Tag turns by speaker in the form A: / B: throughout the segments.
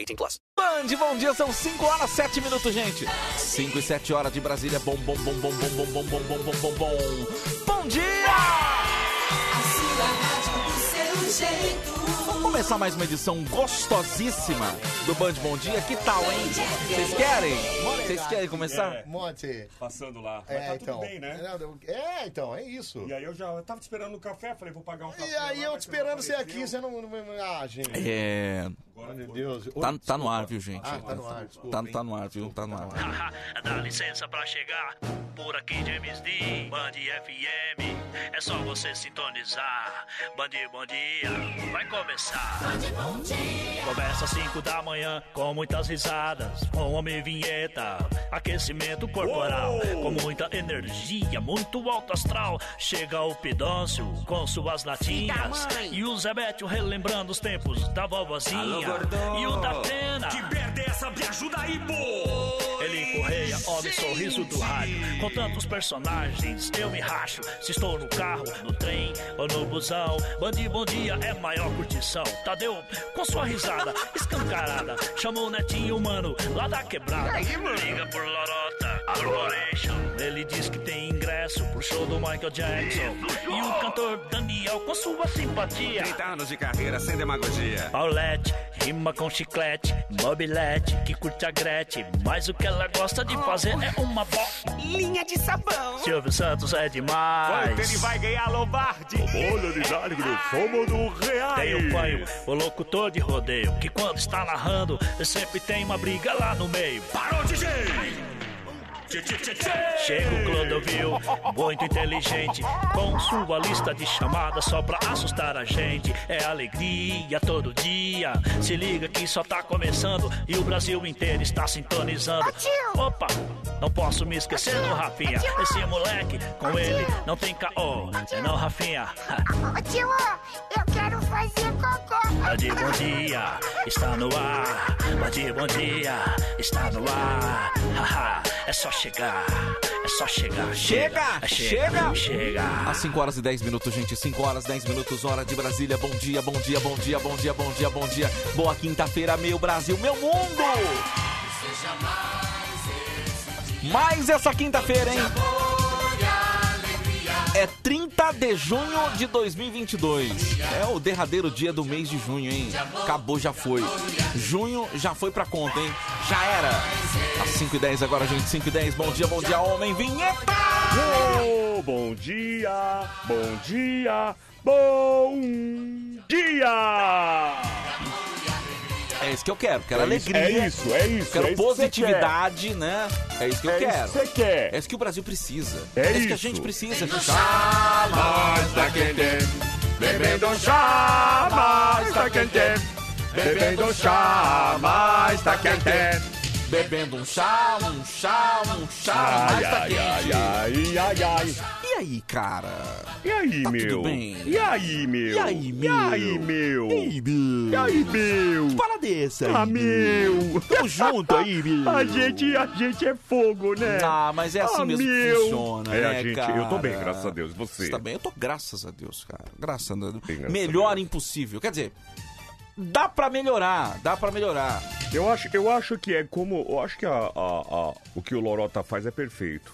A: 18 plus.
B: Band, bom dia, são 5 horas 7 minutos, gente. 5 e 7 horas de Brasília. Bom, bom, bom, bom, bom, bom, bom, bom, bom, bom, bom, bom. Bom dia! Vamos começar mais uma edição gostosíssima do Band Bom Dia. Que tal, hein? Vocês querem? Vocês querem começar?
C: Monte.
D: passando lá. Mas
C: É,
D: tá
C: então.
D: tudo bem, né?
C: Não, É, então, é isso.
D: E aí eu já eu tava te esperando no café, falei, vou pagar um café.
C: E aí eu
D: lá, mas
C: te
D: você não
C: esperando você é aqui, você
D: apareceu.
C: não. não- Ah, gente.
B: É.
C: Pelo amor de Deus.
B: Tá, tá no ar, viu, gente?
C: Ah, tá no ar, desculpa.
B: Tá, tá no ar, viu? Tá no ar.
E: Haha, Dá licença pra chegar por aqui James Dean, Band FM. É só você sintonizar. Band Bom Dia vai começar. Começa às 5 da manhã com muitas risadas, com homem vinheta, aquecimento corporal, com muita energia, muito alto astral. Chega o Pidôncio com suas latinhas e o Zé Bétio relembrando os tempos da vovozinha e o da Atena. Que merda é essa? Me ajuda aí, pô! Ele correia, homem sorriso do rádio, com tantos personagens eu me racho. Se estou no carro, no trem ou no busão, Bandi Bom Dia é maior curtição. Tadeu, com sua risada escancarada, chamou o netinho, mano, lá da quebrada. Liga por Lorota, Corporation. Ele diz que tem ingresso pro show do Michael Jackson. E o cantor Daniel, com sua simpatia.
F: 30 anos de carreira sem demagogia.
E: Paulette, rima com chiclete, mobilete, que curte a Gretchen. Mas o que ela gosta de fazer é uma bolinha de sabão. Silvio Santos é demais.
F: ganhar Lombardi.
E: Olho de Zagro, fomo do real. Tem o Panho, o locutor de rodeio, que quando está narrando, sempre tem uma briga lá no meio. Parou, DJ! Chega o Clodovil, muito inteligente, com sua lista de chamadas só pra assustar a gente. É alegria todo dia. Se liga que só tá começando e o Brasil inteiro está sintonizando. Opa, não posso me esquecer do Rafinha. Esse moleque, com ele, não tem caô. É não, Rafinha.
G: Ô tio, eu quero fazer cocô.
E: Bom dia, Tá bom dia, está no ar. Bom dia, bom dia, está no ar. Haha, é só chegar, é só chegar.
B: Chega, chega.
E: chega. chega.
B: Às 5 horas e 10 minutos, gente. 5 horas, 10 minutos, hora de Brasília. Bom dia, bom dia, bom dia, bom dia, bom dia, bom dia. Boa quinta-feira, meu Brasil, meu mundo! Mais essa quinta-feira, hein? É 30 de junho de 2022. É o derradeiro dia do mês de junho, hein? Acabou, já foi. Junho já foi pra conta, hein? Já era. Às 5 e 10 agora, gente. 5 e 10. Bom dia, bom dia, homem. Vinheta!
D: Ô, bom dia, bom dia, bom dia!
B: É isso que eu quero. Quero alegria.
D: É isso, é isso.
B: Quero
D: é isso que você
B: positividade, né? É isso que eu
D: quer. É
B: quero.
D: isso que você quer.
B: É isso que o Brasil precisa.
D: É
B: que a
D: isso.
B: gente precisa.
D: Jamais tá quente, bebendo jamais tá quente, bebendo jamais tá quente.
B: Bebendo um chá, um chá, um chá,
D: Ai,
B: mas tá
D: ai, ai,
B: quente.
D: ai, ai, ai.
B: E aí, cara?
D: E aí,
B: Tá tudo
D: meu?
B: bem?
D: E aí, meu?
B: E aí, meu?
D: E aí, meu? E aí, meu?
B: Fala dessa.
D: Ah, meu!
B: Tamo junto aí, meu.
D: A gente, a gente é fogo, né?
B: Ah, mas é assim
D: Ah,
B: mesmo
D: meu.
B: que funciona,
D: É,
B: né,
D: a gente,
B: cara?
D: eu tô bem, graças a Deus. Você?
B: Você tá bem? Eu tô graças a Deus, cara. Graças a Deus.
D: Bem, graças
B: Melhor
D: a Deus.
B: impossível. Quer dizer, dá pra melhorar, dá pra melhorar.
D: Eu acho, eu acho que é como... Eu acho que a, a- a- o que o Lorota faz é perfeito.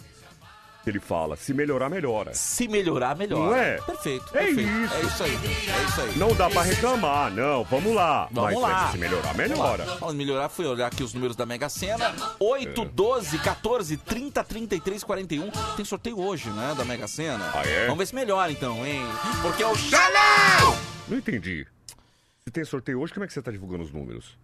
D: Ele fala, se melhorar, melhora.
B: Se melhorar, melhora.
D: Não é?
B: Perfeito.
D: É
B: perfeito.
D: isso.
B: É isso aí. É isso aí.
D: Não dá pra reclamar, não. Vamos lá.
B: Vamos
D: Mas
B: lá.
D: Se melhorar,
B: Vamos lá.
D: melhora. É.
B: Falando em melhorar, fui olhar aqui os números da Mega Sena. 8, 12, 14, 30, 33, 41. Tem sorteio hoje, né, da Mega Sena.
D: Ah, é?
B: Vamos ver se melhora, então, hein? Porque é o Xalão!
D: Não entendi. Se tem sorteio hoje, como é que você tá divulgando os números?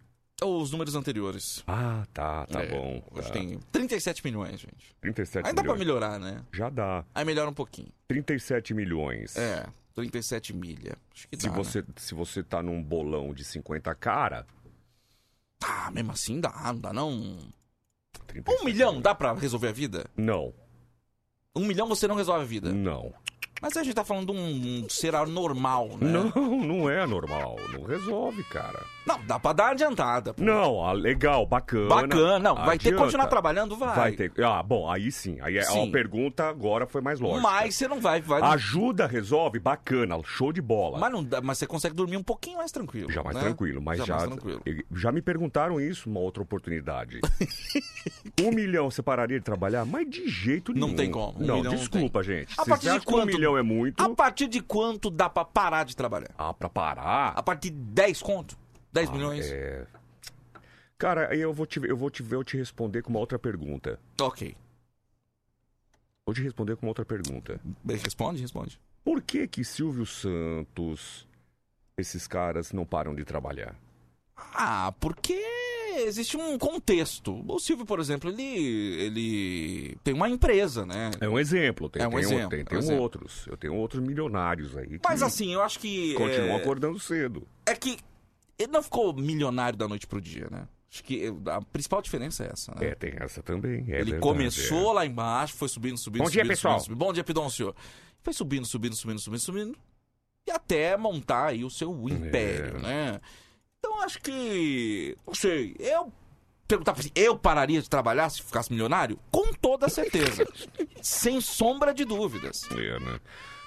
B: Os números anteriores.
D: Ah, tá, tá
B: É,
D: bom.
B: Hoje
D: tá.
B: tem 37 milhões, gente.
D: 37
B: Ainda dá pra
D: milhões.
B: melhorar, né?
D: Já dá.
B: Aí melhora um pouquinho.
D: 37 milhões.
B: É, 37 milha. Acho que
D: Se
B: dá,
D: você,
B: né?
D: se você tá num bolão de 50 cara.
B: Ah, mesmo assim dá, não dá não. Um
D: 37
B: milhão dá pra resolver a vida?
D: Não,
B: Um milhão você não resolve a vida.
D: não.
B: Mas a gente tá falando de um, um ser normal, né?
D: Não, não é normal. Não resolve, cara.
B: Não, dá pra dar adiantada. pô.
D: Não, ah, legal, bacana.
B: Bacana, não. Vai ter que
D: Adianta.
B: continuar trabalhando, vai.
D: Vai ter. Ah, bom, aí sim. Aí
B: Sim.
D: a pergunta agora foi mais lógica.
B: Mas você não vai. vai
D: Ajuda, resolve, bacana, show de bola.
B: mas, não dá, mas você consegue dormir um pouquinho mais tranquilo.
D: Já mais
B: né?
D: tranquilo, mas já.
B: mais tranquilo.
D: Já me perguntaram isso uma outra oportunidade. um milhão você pararia de trabalhar? Mas de jeito nenhum.
B: Não tem como. Um
D: não,
B: milhão não
D: desculpa,
B: tem.
D: gente.
B: A
D: Se
B: partir
D: você
B: de
D: acha que Um
B: quanto-
D: milhão é muito.
B: A partir de quanto dá pra parar de trabalhar?
D: Ah, pra parar?
B: A partir de 10 conto? 10 milhões?
D: É. Cara, aí eu vou te eu vou te eu te responder com uma outra pergunta.
B: Ok.
D: Vou te responder com uma outra pergunta.
B: Responde, responde.
D: Por que que Silvio Santos esses caras não param de trabalhar?
B: Ah, porque existe um contexto. O Silvio, por exemplo, ele, ele tem uma empresa, né?
D: É um exemplo, tem,
B: É um
D: tem
B: exemplo,
D: tem,
B: é um
D: tem
B: exemplo.
D: outros. Eu tenho outros milionários aí.
B: Mas
D: que
B: assim, eu acho que.
D: continuam
B: é,
D: acordando cedo.
B: é que ele não ficou milionário da noite pro dia, né? Acho que a principal diferença é essa, né?
D: É, tem essa também. é
B: ele
D: verdade,
B: começou lá embaixo, foi subindo, subindo,
D: Bom dia,
B: subindo,
D: pessoal.
B: subindo, subindo. Bom dia, Pidoncio. Foi subindo, subindo, subindo, subindo, subindo. E até montar aí o seu
D: É.
B: império, né? Então acho que. Não sei. Eu. Perguntar pra você, eu pararia de trabalhar se ficasse milionário? Com toda certeza. Sem sombra de dúvidas.
D: é. É, né?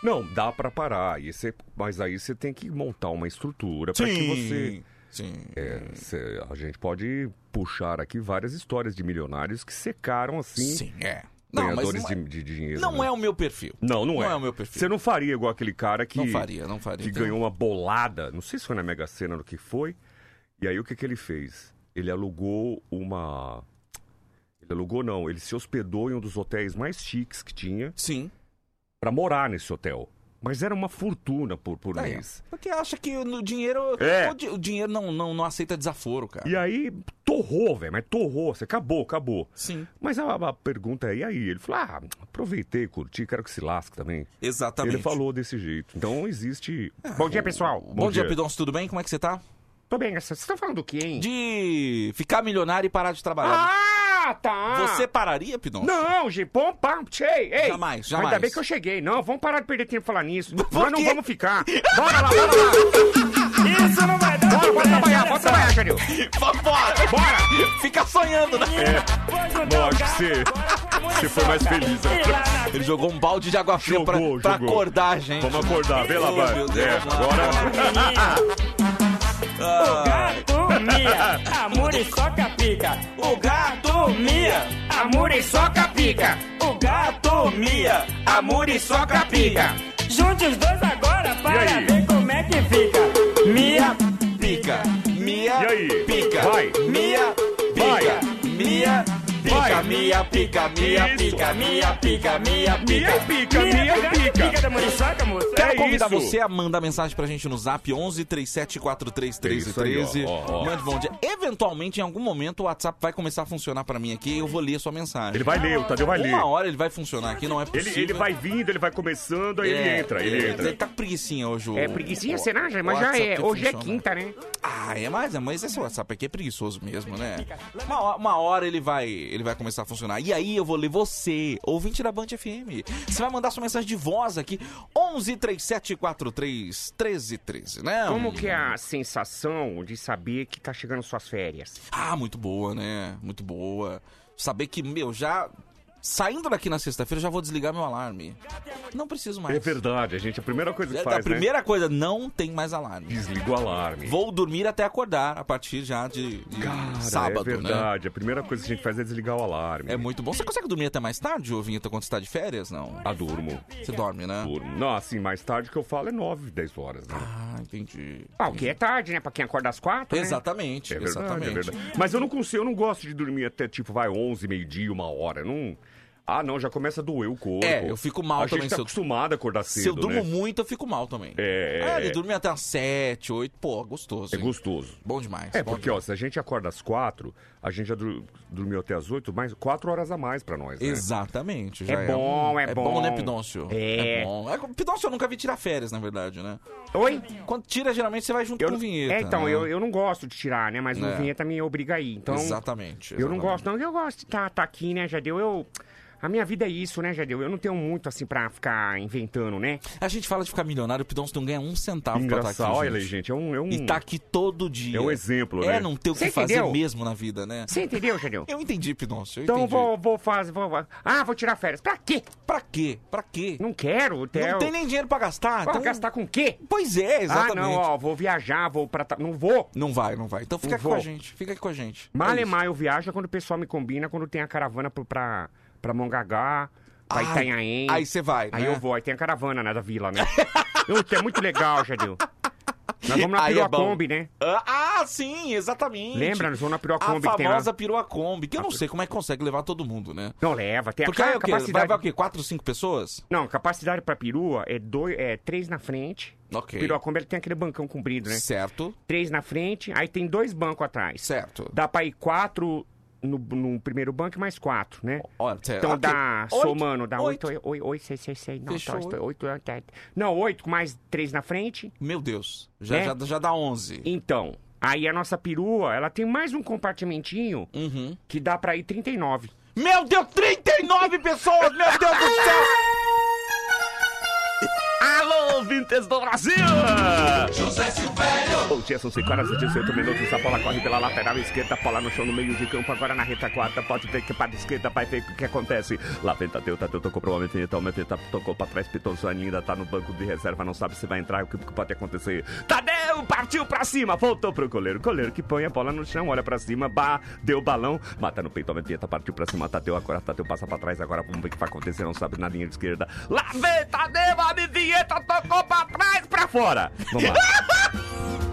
D: Não, dá pra parar. E você- mas aí você tem que montar uma estrutura pra que você
B: Sim.
D: É, cê- a gente pode puxar aqui várias histórias de milionários que secaram assim
B: Sim, é. Não, mas
D: ganhadores
B: não, é,
D: de, de dinheiro.
B: não
D: né?
B: é o meu perfil.
D: Não, não,
B: não
D: é.
B: é o meu perfil.
D: Você não faria igual aquele cara que,
B: Não faria, não faria.
D: que
B: Tem-
D: ganhou uma bolada, não sei se foi na Mega Sena ou o que foi. E aí o que, que ele fez? Ele alugou uma. Ele alugou, não. Ele se hospedou em um dos hotéis mais chiques que tinha
B: Sim.
D: pra morar nesse hotel. Mas era uma fortuna por, por
B: Aí,
D: mês.
B: tá Porque acha que o dinheiro.
D: É.
B: O, di- o dinheiro não, não, não aceita desaforo, cara.
D: E aí, torrou, velho, mas torrou, você acabou, acabou.
B: Sim.
D: Mas a, a pergunta é, e aí? Ele falou, ah, aproveitei, curti, quero que se lasque também.
B: Exatamente. Ah,
D: Ele falou desse jeito. Então existe... Bom dia, pessoal.
B: Bom, dia, Pidoncio, tudo bem? Como é que você tá?
D: Tô bem, essa- vocês estão falando do quê, hein?
B: De ficar milionário e parar de trabalhar. né?
D: Ah, tá!
B: Você pararia, Pidoncio?
D: Não, Gipom, pam, tchei, ei!
B: Jamais, jamais.
D: Ainda bem que eu cheguei. Não, vamos parar de perder tempo falar nisso.
B: Por
D: Nós não
B: quê?
D: vamos ficar. Bora lá, bora lá.
F: Isso não vai dar
D: Bora, bora trabalhar, bora trabalhar, Janil.
B: Vambora!
D: Bora!
B: Fica sonhando, né?
D: Lógico É, que você, você foi mais feliz. né?
B: Ele jogou um balde de água fria pra,
D: Jogou,
B: pra
D: jogou.
B: acordar, gente.
D: Vamos acordar, vem lá,
B: Ô,
D: vai.
B: meu Deus,
D: É,
B: vamos lá.
D: agora.
F: O gato mia, a muriçoca pica. O gato mia, a muriçoca pica. O gato mia, a muriçoca pica. Junte os dois agora para
D: aí?
F: ver como é que fica. Mia,
B: Pica, Mia,
D: E aí?
B: pica,
D: Vai.
B: Mia,
D: Vai.
B: pica, Mia, pica,
D: Vai.
B: Mia, pica, Mia,
D: Isso.
B: pica, Mia, pica, Mia, pica.
D: Minha pica, minha
F: pica
D: pica.
F: da muriçoca, moça.
B: Quero
D: É
B: convidar
D: isso.
B: você a mandar mensagem pra gente no zap 11 37
D: É isso aí,
B: 431313.
D: ó, ó, ó.
B: Mande bom dia. Eventualmente, em algum momento, o WhatsApp vai começar a funcionar pra mim aqui e eu vou ler a sua mensagem.
D: Ele vai ler, o Tadeu vai ler.
B: Uma hora ele vai funcionar aqui, não é possível.
D: Ele, ele vai vindo, ele vai começando, aí ele
B: É,
D: entra, ele
B: é,
D: entra.
B: Ele tá com preguicinha hoje. o-
D: É
B: o- o
D: Mas já
B: WhatsApp
D: é.
B: que
D: Hoje é
B: funciona.
D: quinta, né?
B: Ah, é mais, é, mas
H: Uhum.
B: esse WhatsApp aqui é preguiçoso mesmo, né? Uma, ho- uma hora ele vai, ele vai começar a funcionar. E aí eu vou ler você, ouvinte da Band FM. Você vai mandar sua mensagem de voz aqui, 11 3743 1313, né?
H: Como que é a sensação de saber que tá chegando suas férias?
B: Ah, muito boa, né? Muito boa. Saber que, meu, já Saindo daqui na sexta-feira, já vou desligar meu alarme. Não preciso mais.
D: É verdade, a gente, a primeira coisa que
B: É,
D: faz, né?
B: a primeira coisa, não tem mais alarme.
D: Desliga o alarme.
B: Vou dormir até acordar a partir já de, de
D: né? Cara,
B: sábado,
D: é verdade, a primeira coisa que a gente faz é desligar o alarme.
B: né? É muito bom. Você consegue dormir até mais tarde, ô Vinheta, quando você tá de férias, não?
D: Ah, durmo.
B: Você dorme, né?
D: Durmo. Não, assim, mais tarde que eu falo é 9, 10 horas, né? Ah,
B: Ah, entendi.
H: Ah, o que é tarde, né? Pra quem acorda às quatro, né?
B: Exatamente,
D: É verdade,
B: exatamente.
D: é verdade. Mas eu não consigo, eu não gosto de dormir até tipo, vai 11, meio-dia, uma hora. Não... Ah, não, já começa a doer o corpo.
B: É, eu fico mal
D: a
B: também
D: gente tá
B: se eu-
D: acostumado a acordar cedo,
B: Se eu durmo
D: né?
B: muito, eu fico mal também.
D: É,
B: Ah, ele
D: é.
B: dorme até às 7, 8. Pô, gostoso.
D: É
B: hein?
D: gostoso.
B: Bom demais.
D: É,
B: bom
D: porque, ó, se a gente acorda às quatro, a gente já dur- dormiu até às oito, mais quatro horas a mais pra nós, né?
B: Exatamente. já
D: É bom, é
B: é bom.
D: bom.
B: né, Pidoncio?
D: É.
B: bom. É, Pidoncio eu nunca vi tirar férias, na verdade, né?
H: Oi?
B: Quando tira, geralmente você vai junto com o vinheta.
H: É, então,
B: né?
H: eu, eu não gosto de tirar, né? Mas
B: É.
H: o vinheta me obriga a ir. Então,
B: exatamente,
H: eu não
B: exatamente.
H: gosto, não. Eu gosto de estar tá, tá aqui, né, Jadeu? Eu... A minha vida é isso, né, Jadeu? Eu não tenho muito, assim, pra ficar inventando, né?
B: A gente fala de ficar milionário, o Pidoncio não ganha um centavo pra estar
D: Engraçado,
B: aqui.
D: olha aí, gente, é um... É um...
B: E tá aqui todo dia.
D: É um exemplo,
B: É,
D: né?
B: não ter o que
H: Você
B: fazer
H: entendeu?
B: mesmo na vida, né?
H: Você entendeu, Jadeu?
B: Eu entendi, Pidoncio. Eu
H: Então
B: entendi.
H: vou, vou fazer... Vou... vou- Ah, vou tirar férias. Pra quê?
B: Pra quê? Pra quê?
H: Não quero, Theo.
B: Não tem nem dinheiro pra gastar.
H: Vou
B: então-
H: gastar com o quê?
B: Pois é,
H: Ah,
B: exatamente.
H: não, ó, vou viajar, vou pra... ta- Não vou.
B: Não vai, não vai. Então fica
H: Não
B: aqui
H: vou.
B: com a gente. Fica aqui com a gente.
H: Malemar eu viajo é quando o pessoal me combina, quando tem a caravana pro- pra, pra Mongagá, pra
B: Ai,
H: Itanhaém.
B: aí você vai,
H: Aí
B: né?
H: eu vou, aí tem a caravana, né, da vila, né? Puta, é muito legal, Jadil. Nós vamos na
B: Aí é bom.
H: Piruacombi, né?
B: Ah, ah, sim, exatamente.
H: Lembra? Nós vamos na
B: A
H: Piruacombi que tem lá.
B: famosa perua Kombi, que eu não sei como é que consegue levar todo mundo, né?
H: Não, leva, tem a
B: Porque
H: ca-
B: aí é o quê? Vai,
H: capacidade...
B: vai o quê? Quatro, cinco pessoas?
H: Não, capacidade pra perua é, dois, é três na frente.
B: Ok.
H: Piruacombi ele tem aquele bancão comprido, né?
B: Certo,
H: Três na frente, aí tem dois bancos atrás.
B: certo.
H: Dá pra ir quatro no, no primeiro banco e mais quatro, né?
B: Olha, certo.
H: Então
B: Ok.
H: dá,
B: Oito,
H: somando, dá
B: oito.
H: 8, 8, 8, 6, 6, 6, não,
B: Fechou,
H: tá, estou- oito, oito, oito. não, 8 mais 3 na frente,
B: Meu Deus. Já,
H: Né?
B: já, já dá onze.
H: então, aí a nossa perua, ela tem mais um compartimentinho
B: Uhum.
H: que dá pra ir 39.
B: Meu Deus, 39 pessoas! Meu Deus do céu!
D: Alô, ouvintes do Brasil! Bom dia, são 5 horas e 18 minutos. A bola corre pela lateral esquerda, bola no chão no meio de campo, agora na reta quarta. Pode ver que para a esquerda vai ver o que acontece. Lá vem Tadeu, Tadeu tocou pro homem, então o tá, tocou pra trás. Pitonzo ainda tá no banco de reserva, não sabe se vai entrar, o que que pode acontecer. Tadeu partiu pra cima, voltou pro goleiro. Goleiro que põe a bola no chão, olha pra cima, bah, deu balão, mata no peito, a metieta partiu pra cima. Tadeu agora, Tadeu passa pra trás, agora vamos ver o que vai acontecer, não sabe na linha de esquerda. Lá vem Tadeu, a vinheta tocou pra trás, pra fora. Vamos lá.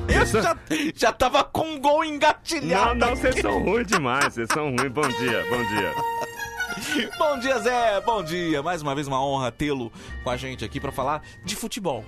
B: Eu já, já tava com um gol engatilhado.
D: Não, não, vocês são ruins demais, vocês são ruins. Bom dia, bom dia.
B: Bom dia, Zé. Bom dia. Mais uma vez uma honra tê-lo com a gente aqui pra falar de futebol.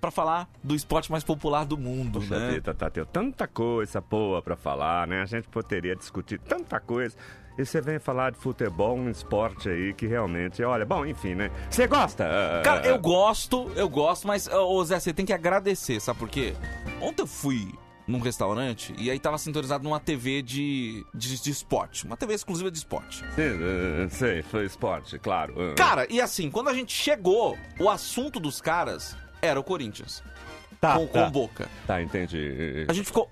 B: Pra falar do esporte mais popular do mundo,
D: Poxa
B: né?
D: vida, Tadeu, tá, tanta coisa boa pra falar, né? A gente poderia discutir tanta coisa. E você vem falar de futebol, um esporte aí que realmente, olha, bom, enfim, né? Você gosta? ah,
B: Cara,
D: ah,
B: eu gosto, eu gosto, mas, ô ô, Zé, você tem que agradecer, sabe por quê? Ontem eu fui num restaurante e aí tava sintonizado numa TV de, de, de esporte. Uma TV exclusiva de esporte.
D: ah, Sim, ah, sei, foi esporte, claro. ah.
B: Cara, e assim, quando a gente chegou, o assunto dos caras era o Corinthians.
D: tá,
B: com, com
D: tá,
B: o Boca.
D: tá, entendi.
B: A gente ficou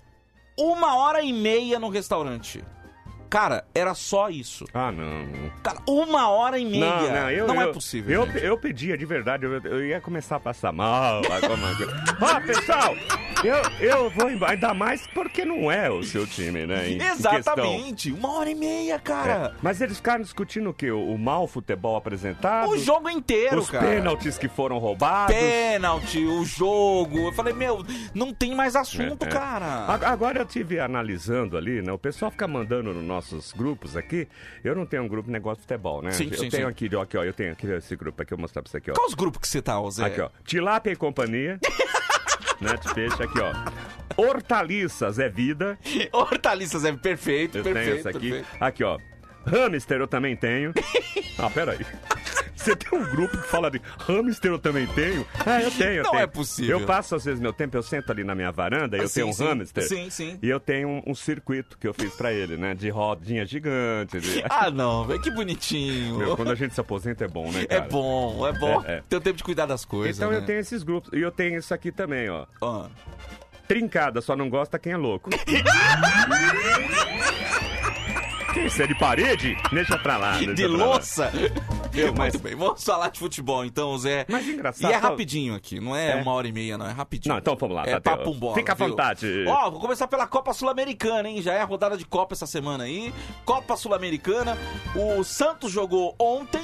B: uma hora e meia no restaurante. Cara, era só isso.
D: Ah, não.
B: Cara, uma hora e meia.
D: Não, não, eu,
B: é
D: eu-
B: possível.
D: Eu,
B: gente.
D: eu pedia, de verdade, eu, eu ia começar a passar mal. alguma coisa. Ó, pessoal, eu, eu vou embora, ainda mais porque não é o seu time, né? em- em questão. É,
B: Exatamente. Uma hora e meia, cara.
D: Mas eles ficaram discutindo o quê? O, o mau futebol apresentado?
B: O jogo inteiro,
D: tá Os
B: cara.
D: pênaltis que foram roubados?
B: Pênalti, o jogo. Eu falei, meu, não tem mais assunto,
D: É, é.
B: cara.
D: A- Agora eu tive analisando ali, né? O pessoal fica mandando nos nossos grupos aqui. Eu não tenho um grupo negócio de futebol, né?
B: Sim,
D: eu
B: sim,
D: tenho
B: sim.
D: aqui, ó, aqui, ó. Eu tenho aqui ó, esse grupo aqui, eu vou mostrar pra você aqui, ó.
B: Qual os grupos que você tá, ô Zé?
D: Aqui, ó. Tilápia e companhia. né, de peixe, aqui, ó. Hortaliças é vida.
B: Hortaliças, é perfeito,
D: Eu tenho
B: perfeito.
D: essa aqui.
B: perfeito.
D: Aqui, ó. Hamster eu também tenho. Ah, peraí. Você tem um grupo que fala de hamster eu também tenho? Ah, eu tenho, eu
B: Não
D: tenho.
B: é possível.
D: Eu passo, às vezes, meu tempo, eu sento ali na minha varanda, e
B: Ah,
D: eu
B: sim,
D: tenho um
B: sim.
D: hamster.
B: Sim, sim.
D: E eu tenho um, um circuito que eu fiz pra ele, né? De rodinha gigante. de-
B: Ah, não, velho, que bonitinho.
D: Meu, quando a gente se aposenta é bom, né,
B: É
D: cara?
B: bom, é bom.
D: É, é.
B: Tem o tempo de cuidar das coisas.
D: Então
B: né? Ah.
D: eu tenho esses grupos. E eu tenho isso aqui também, ó.
B: Ó.
D: Trincada, só não gosta quem é louco. que sei se é de parede, deixa pra lá. deixa
B: de
D: pra lá.
B: louça.
D: Eu, mas-
B: Muito bem, vamos falar de futebol então, Zé.
D: Mas engraçado,
B: E é
D: tá-
B: rapidinho aqui, não é,
D: É?
B: uma hora e meia, não. É rapidinho.
D: Não, então vamos lá,
B: É
D: Tadeu.
B: papo um bola,
D: Fica à
B: viu?
D: vontade.
B: Ó, vou começar pela Copa Sul-Americana, hein? Já é a rodada de Copa essa semana aí. Copa Sul-Americana. O Santos jogou ontem,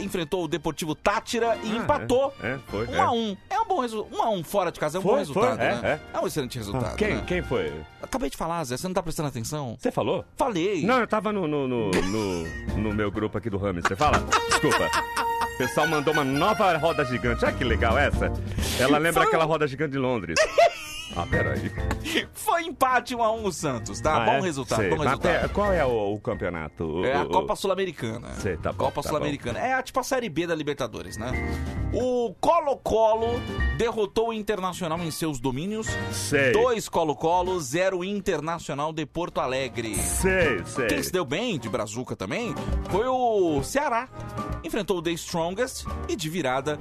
B: enfrentou o Deportivo Tátira e empatou.
D: É, foi.
B: Um
D: é.
B: a um. É um bom resultado. Um a um fora de casa é um
D: Foi,
B: bom resultado,
D: foi, é,
B: né? É. um excelente resultado.
D: Quem,
B: né?
D: quem foi?
B: Acabei de falar, Zé. Você não tá prestando atenção?
D: Você falou?
B: Falei.
D: Não, eu tava no, no, no, no- no meu grupo aqui do Rames. Você fala? Desculpa. O pessoal mandou uma nova roda gigante. Ah, que legal essa. Ela lembra
B: Foi. um
D: aquela roda gigante de Londres. Ah, peraí.
B: Foi empate 1 a 1 o Santos, tá?
D: Ah,
B: bom
D: é?
B: resultado,
D: Sei.
B: bom
D: Mas
B: resultado.
D: pera- qual é o, o campeonato?
B: É a
D: O-
B: Copa Sul-Americana.
D: Sei, tá bom,
B: Copa
D: tá
B: Sul-Americana. É a, tipo a Série B da Libertadores, né? O Colo-Colo derrotou o Internacional em seus domínios.
D: Sei.
B: Dois Colo-Colo, zero Internacional de Porto Alegre.
D: Sei, sei.
B: Quem se deu bem de Brazuca também foi o Ceará. Enfrentou o The Strongest e de virada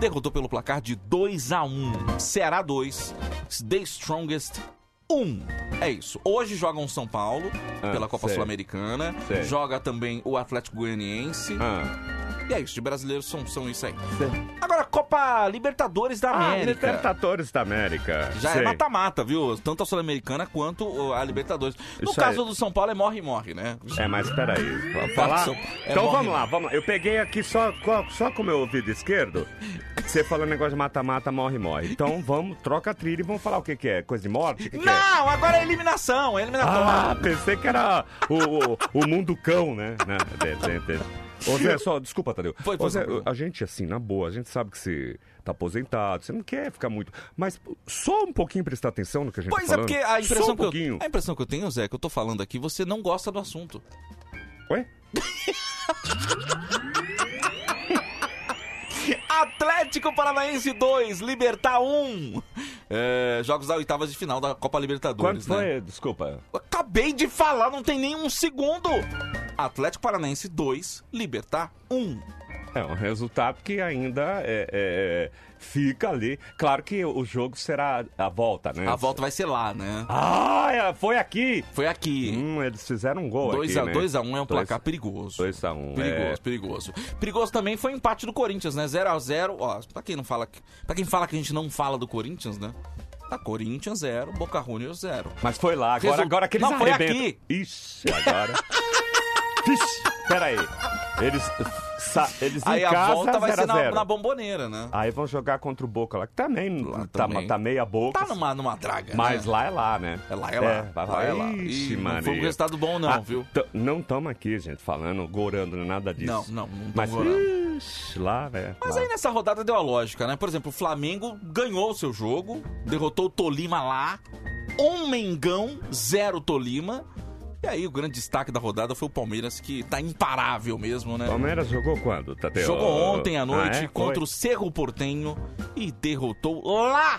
B: derrotou pelo placar de 2 a 1. Ceará 2, The Strongest 1. É isso. Hoje jogam São Paulo
D: Ah,
B: pela Copa
D: sei.
B: Sul-Americana,
D: Sei.
B: joga também o Atlético Goianiense.
D: Ah,
B: E é isso, de brasileiros são, são isso aí.
D: sei.
B: Agora Copa Libertadores da
D: Ah,
B: América.
D: Libertadores da América.
B: Já
D: Sei.
B: é mata-mata, viu? Tanto a Sul-Americana quanto uh, a Libertadores. No
D: Isso aí.
B: caso do São Paulo é morre-morre, né?
D: É, mas peraí. vamos Falar...
B: São- é
D: Então
B: morre,
D: vamos lá,
B: morre.
D: vamos lá. Eu peguei aqui só, co- só com o meu ouvido esquerdo. Você falou um negócio de mata-mata, morre, morre. Então vamos, troca a trilha e vamos falar o que, que é. Coisa de morte? O que que é?
B: Não, agora é eliminação, é eliminatório.
D: Ah, pensei que era o, o, o mundo cão, né? Não, entendi, entendi. Ô Zé, só, desculpa, Tadeu.
B: Foi, foi,
D: Ô, Zé,
B: foi, foi.
D: a gente, assim, na boa, a gente sabe que você tá aposentado, você não quer ficar muito. Mas só um pouquinho prestar atenção no que a gente
B: pois
D: tá
B: é,
D: falando.
B: porque a
D: só
B: impressão,
D: um
B: que
D: pouquinho.
B: eu, a impressão que eu tenho, Zé, é que eu tô falando aqui, você não gosta do assunto.
D: Ué?
B: Atlético Paranaense 2, Libertar 1. É, jogos da oitava de final da Copa Libertadores,
D: Quanto foi?
B: né?
D: Desculpa.
B: Eu Acabei de falar, não tem nem um segundo. Atlético Paranaense 2, Libertar 1.
D: É um resultado que ainda é, é, é, fica ali. Claro que o jogo será a volta, né?
B: A volta vai ser lá, né?
D: Ah, é, foi aqui!
B: Foi aqui.
D: Hum, eles fizeram um gol
B: 2
D: aqui,
B: a
D: né?
B: 2 a 1 é um
D: Dois-
B: placar perigoso.
D: 2 a é. 1
B: Perigoso, perigoso. Perigoso também foi o empate do Corinthians, né? 0 a 0 Ó, pra quem não fala. que- Pra quem fala que a gente não fala do Corinthians, né? Tá Corinthians 0, Boca Juniors 0.
D: Mas foi lá, agora,
B: Resu-
D: agora que eles
B: Não, foi
D: arrebentam.
B: aqui.
D: Ixi, agora... Ixi, peraí. Eles, sa- eles
B: Aí
D: em
B: a
D: casa,
B: volta vai
D: 0
B: ser
D: a
B: na,
D: 0.
B: na bomboneira, né?
D: Aí vão jogar contra o Boca lá, que também,
B: Lá
D: tá,
B: também.
D: tá meia boca.
B: Tá numa, numa draga.
D: Mas
B: né?
D: lá é lá, né?
B: É lá, é lá.
D: vai
B: Lá é lá.
D: Ixi,
B: Ih, não
D: Maria. Ah.
B: foi um resultado bom não, viu?
D: t- Não estamos aqui, gente, falando, gorando, nada disso.
B: Não, não, não tamo
D: Mas,
B: gorando.
D: ixi, lá, velho.
B: Mas
D: lá.
B: aí nessa rodada deu a lógica, né? Por exemplo, o Flamengo ganhou o seu jogo, derrotou o Tolima lá, um Mengão, zero Tolima. E aí o grande destaque da rodada foi o Palmeiras, que tá imparável mesmo, né?
D: Palmeiras jogou quando, Tadeu?
B: Jogou ontem à noite
D: Ah, é?
B: contra o
D: Foi?
B: Cerro Portenho e derrotou lá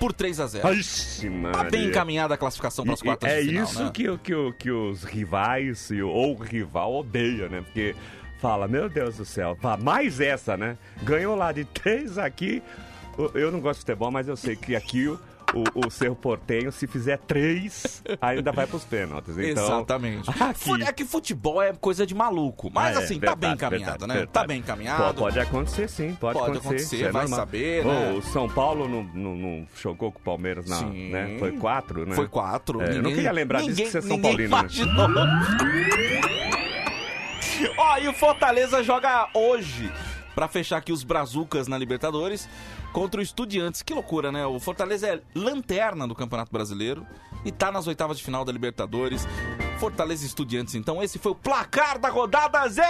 B: por 3 a 0
D: Ah, Ixi, Maria.
B: Tá bem encaminhada a classificação para as
D: E- e
B: quartas
D: é
B: de final,
D: isso
B: né?
D: que, o- que, o- que os rivais e o- ou o rival odeia, né? Porque fala, meu Deus do céu, pá, mais essa, né? Ganhou lá de três aqui. O- Eu não gosto de futebol, mas eu sei que aqui o, o, o Cerro Portenho, se fizer três, ainda vai pros pênaltis. Então,
B: Exatamente.
D: Aqui.
B: Fu- É que futebol é coisa de maluco. Mas
D: Ah, é,
B: assim, tá
D: verdade,
B: bem encaminhado,
D: verdade,
B: né?
D: verdade.
B: Tá bem encaminhado.
D: Pô, pode acontecer, sim. Pode,
B: Pode acontecer,
D: acontecer. isso é
B: vai
D: normal.
B: saber,
D: Pô,
B: né?
D: O São Paulo não, não, não chocou com o Palmeiras, não.
B: Sim.
D: Né? Foi quatro, né?
B: Foi quatro.
D: É, eu não queria lembrar disso, que você é São
B: ninguém
D: Paulino, né?
B: imaginou. Ó, e o Fortaleza joga hoje. Pra fechar aqui os Brazucas na Libertadores contra o Estudiantes. Que loucura, né? O Fortaleza é lanterna do Campeonato Brasileiro e tá nas oitavas de final da Libertadores. Fortaleza e Estudiantes, então. Esse foi o placar da rodada, Zé!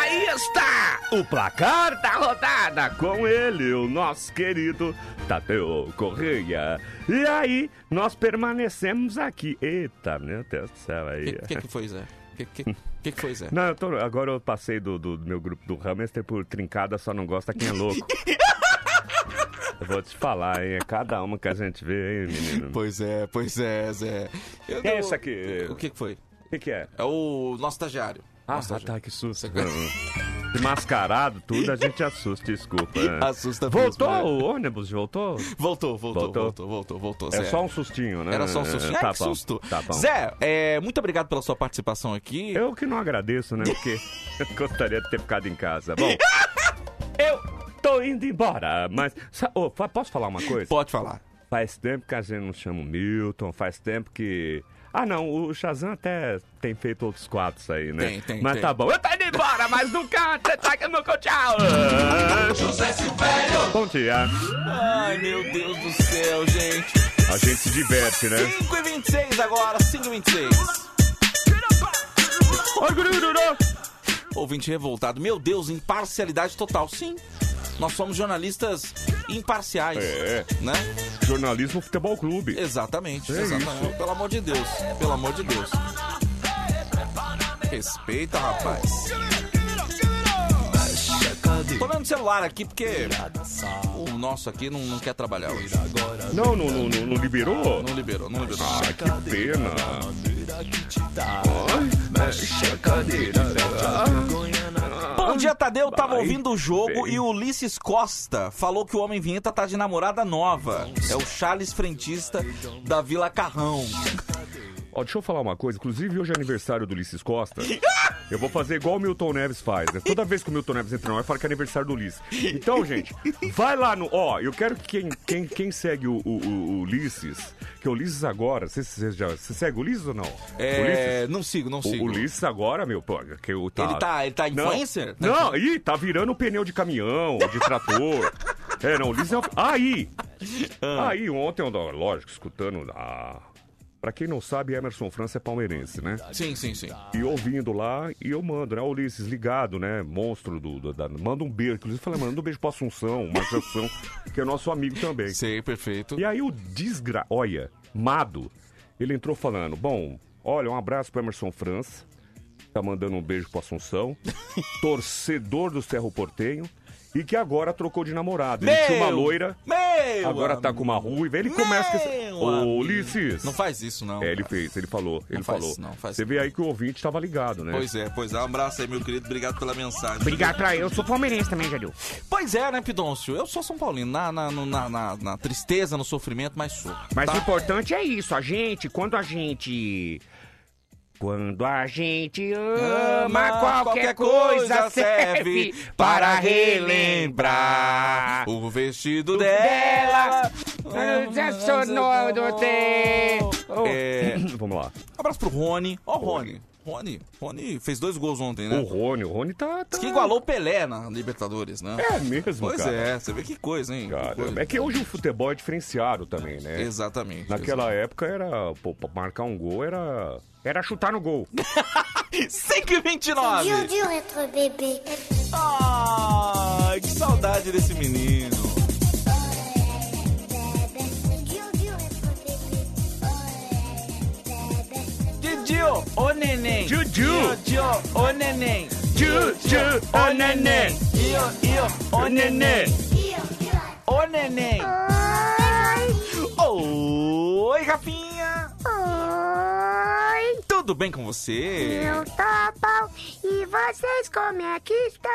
D: Aí está o placar da rodada com ele, o nosso querido Tadeu Correia. E aí, nós permanecemos aqui. Eita, meu Deus do céu,
B: O
D: aí.
B: que, que, que foi, Zé? O que, que, que, que foi, Zé?
D: Não, eu tô- agora eu passei do, do- do meu grupo do Hamster por trincada, só não gosta quem é louco. eu vou te falar, hein? É cada uma que a gente vê, hein, menino?
B: Pois é, pois é, Zé. Eu
D: Quem é
B: não-
D: esse aqui?
B: O que que foi?
D: O que, que é?
B: É o nosso estagiário.
D: Ah,
B: Nosso estagiário.
D: tá, que susto. Mascarado, tudo, a gente assusta, desculpa.
B: Assusta mesmo,
D: Voltou
B: né?
D: o ônibus, voltou?
B: Voltou, voltou,
D: Voltou?
B: voltou, voltou, voltou.
D: É
B: Zé.
D: só um sustinho, né?
B: Era só um susto.
D: É,
B: Ai,
D: tá
B: que
D: bom,
B: susto.
D: Tá bom.
B: Zé, é, muito obrigado pela sua participação aqui.
D: Eu que não agradeço, né? Porque eu gostaria de ter ficado em
B: Tá
D: casa. Bom, eu tô indo embora, mas. sa- ô, fa- posso falar uma coisa?
B: Pode falar.
D: Faz tempo que a gente não chama o Milton, faz tempo que. Ah, não, o Shazam até tem feito outros quadros aí, né?
B: Tem, tem,
D: Mas
B: tem.
D: tá bom. Eu tô indo embora, mas nunca. Você tá aqui no tchau.
B: José Silvério!
D: Bom dia.
B: Ai, meu Deus do céu, gente.
D: A gente se diverte, né?
B: 5 e 26 agora, 5 e 26. Ouvinte revoltado. Meu Deus, imparcialidade total. Sim, nós somos jornalistas imparciais.
D: É.
B: Né?
D: Jornalismo Futebol Clube.
B: Exatamente,
D: É
B: exatamente. Pelo amor de Deus, pelo amor de Deus. Respeita, rapaz. Tô vendo o celular aqui porque o nosso aqui não, não quer trabalhar hoje.
D: Não, não, não, não, não liberou?
B: Não liberou, não liberou.
D: Ah, que pena.
B: Bom dia, Tadeu. Tava ouvindo o jogo e o Ulisses Costa falou que o Homem Vinheta tá de namorada nova. É o Charles Frentista da Vila Carrão.
D: Ó, deixa eu falar uma coisa. Inclusive, hoje é aniversário do Ulisses Costa. Eu vou fazer igual o Milton Neves faz, né? Toda vez que o Milton Neves entra na hora, fala que é aniversário do Ulisses. Então, gente, vai lá no... Ó, eu quero que quem, quem, quem segue o, o- o- o Ulisses... Que o Ulisses agora... Você, você, já, você segue o Ulisses ou não?
B: É,
D: Ulisses?
B: não sigo, não
D: O
B: sigo.
D: Ulisses agora, meu, pô, que o tá...
B: Ele tá- ele tá influencer? Tá
D: Não, ih, tá virando pneu de caminhão, de trator. é, não, o Ulisses é um... Aí! Aí, ontem, eu- lógico, escutando a... Pra quem não sabe, Emerson França é palmeirense, né?
B: Sim, sim, sim.
D: E ouvindo lá, e eu mando, né? Ulisses, ligado, né? Monstro do... do- da- Manda um beijo. Inclusive, fala, manda um beijo pra Assunção, uma Assunção, que é nosso amigo também.
B: Sei, perfeito.
D: E aí o desgra... Olha, Mado, ele entrou falando, bom, olha, um abraço pro Emerson França, tá mandando um beijo pro Assunção, torcedor do Cerro Portenho, e que agora trocou de namorado. Ele tinha uma
B: Meu!
D: loira,
B: Meu!
D: agora tá com uma ruiva, ele começa com esse...
B: Meu
D: Ô,
B: amigo.
D: Ulisses!
B: Não faz isso, não.
D: É, ele
B: cara.
D: fez, ele falou, ele
B: faz
D: falou.
B: isso, não, faz
D: Você
B: isso,
D: vê aí que o ouvinte tava ligado, né?
B: Pois é, pois é. Um abraço aí, meu querido. Obrigado pela mensagem.
H: Obrigado, pra... eu sou palmeirense também, Jadil.
B: Pois é, né, Pidoncio? Eu sou São Paulino. Na, na, no- na, na, na tristeza, no sofrimento, mas sou.
H: Mas
B: tá?
H: o importante é isso, a gente, quando a gente. Quando a gente ama, qualquer, coisa serve para relembrar.
B: o vestido
H: Dela,
B: dela.
H: já sonoro do tempo.
B: É,
D: Oh. Vamos lá.
B: abraço pro Rony. Ó, Rony. Rony. Rony fez dois gols ontem, né?
D: O Rony, o Rony tá... tá...
B: Que igualou o Pelé na Libertadores, né?
D: É mesmo,
B: Pois
D: cara.
B: é, você vê que coisa, hein? Que coisa.
D: Cara, é que hoje o futebol é diferenciado também, né?
B: Exatamente.
D: Naquela época era. Pô, pra marcar um gol era.
H: Era chutar no gol.
B: 5 e 29.
G: Dur, dur être bébé.
B: Ai, que saudade desse menino.
G: Dur, dur être bébé.
B: Didio, ô neném.
D: Juju!
B: Didio, ô neném.
D: Juju! Ô neném!
B: Io, io, ô neném.
G: Dur, dur.
B: Ô neném. Oi, Rafinha.
G: Oi,
B: Tudo bem com você?
G: eu tô bom. E vocês como é que estão?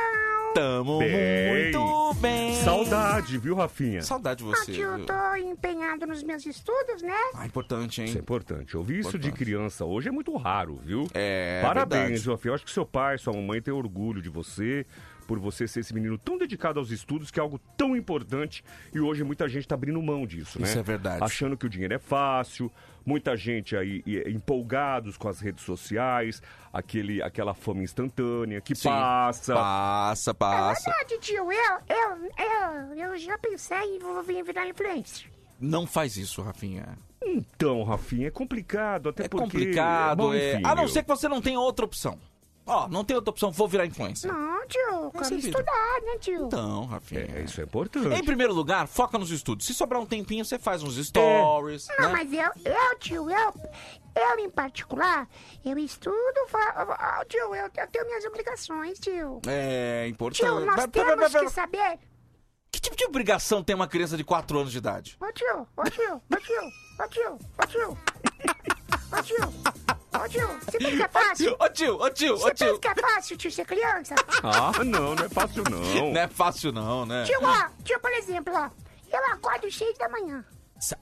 B: Tamo
D: Bem.
B: muito bem.
D: Saudade, viu, Rafinha? Isso
B: Saudade de você.
G: Aqui eu
B: viu?
G: tô empenhado nos meus estudos, né?
B: Ah, importante,
D: é
B: hein?
D: importante. Ouvir isso de
B: Importante.
D: criança hoje é muito raro, viu?
B: É,
D: Parabéns,
B: verdade.
D: viu, Rafinha. Eu acho que seu pai, sua mamãe têm orgulho de você. Por você ser esse menino tão dedicado aos estudos, que é algo tão importante, e hoje muita gente tá abrindo mão disso, né?
B: Isso é verdade.
D: Achando que o dinheiro é fácil, muita gente aí e- eh, empolgados com as redes sociais, aquele, aquela fama instantânea que
B: Sim.
D: passa.
B: Passa, passa.
G: Então, É Verdade, tio, eu, eu, eu, eu já pensei em vou vir virar influencer.
B: Não faz isso, Rafinha.
D: Então, Rafinha, é complicado, até
B: É
D: porque...
B: complicado,
D: Bom,
B: é.
D: enfim,
B: A não
D: meu.
B: ser que você não tenha outra opção. Ó, não tem outra opção, vou virar influencer.
G: Não, tio,
B: Mas você
G: como
B: vira.
G: estudar, né, tio?
B: Então, Rafinha.
D: É, isso é importante.
B: Em primeiro lugar, foca nos estudos. Se sobrar um tempinho, você faz uns stories,
G: Não,
B: né?
G: É. Ah, mas eu, eu, tio, eu, eu em particular, eu estudo, fa- ó, tio, eu, eu tenho minhas obrigações, tio.
B: É importante.
G: Tio,
B: Vai-
G: nós
B: vai- vai-
G: temos
B: vai-
G: que saber.
B: Que tipo de obrigação tem uma criança de 4 anos de idade?
G: Ô tio, ô tio, ô tio, ô tio, ô tio, ô tio, ô tio, ô tio, Você pensa que é fácil?
B: Ô tio, ô tio, ô
G: Você pensa
B: tio.
G: que é fácil, tio, ser criança?
B: Ah,
D: não, não é fácil não.
B: Não é fácil não, né?
G: Tio, ó, tio, por exemplo, ó, eu acordo cheio da manhã.
B: Você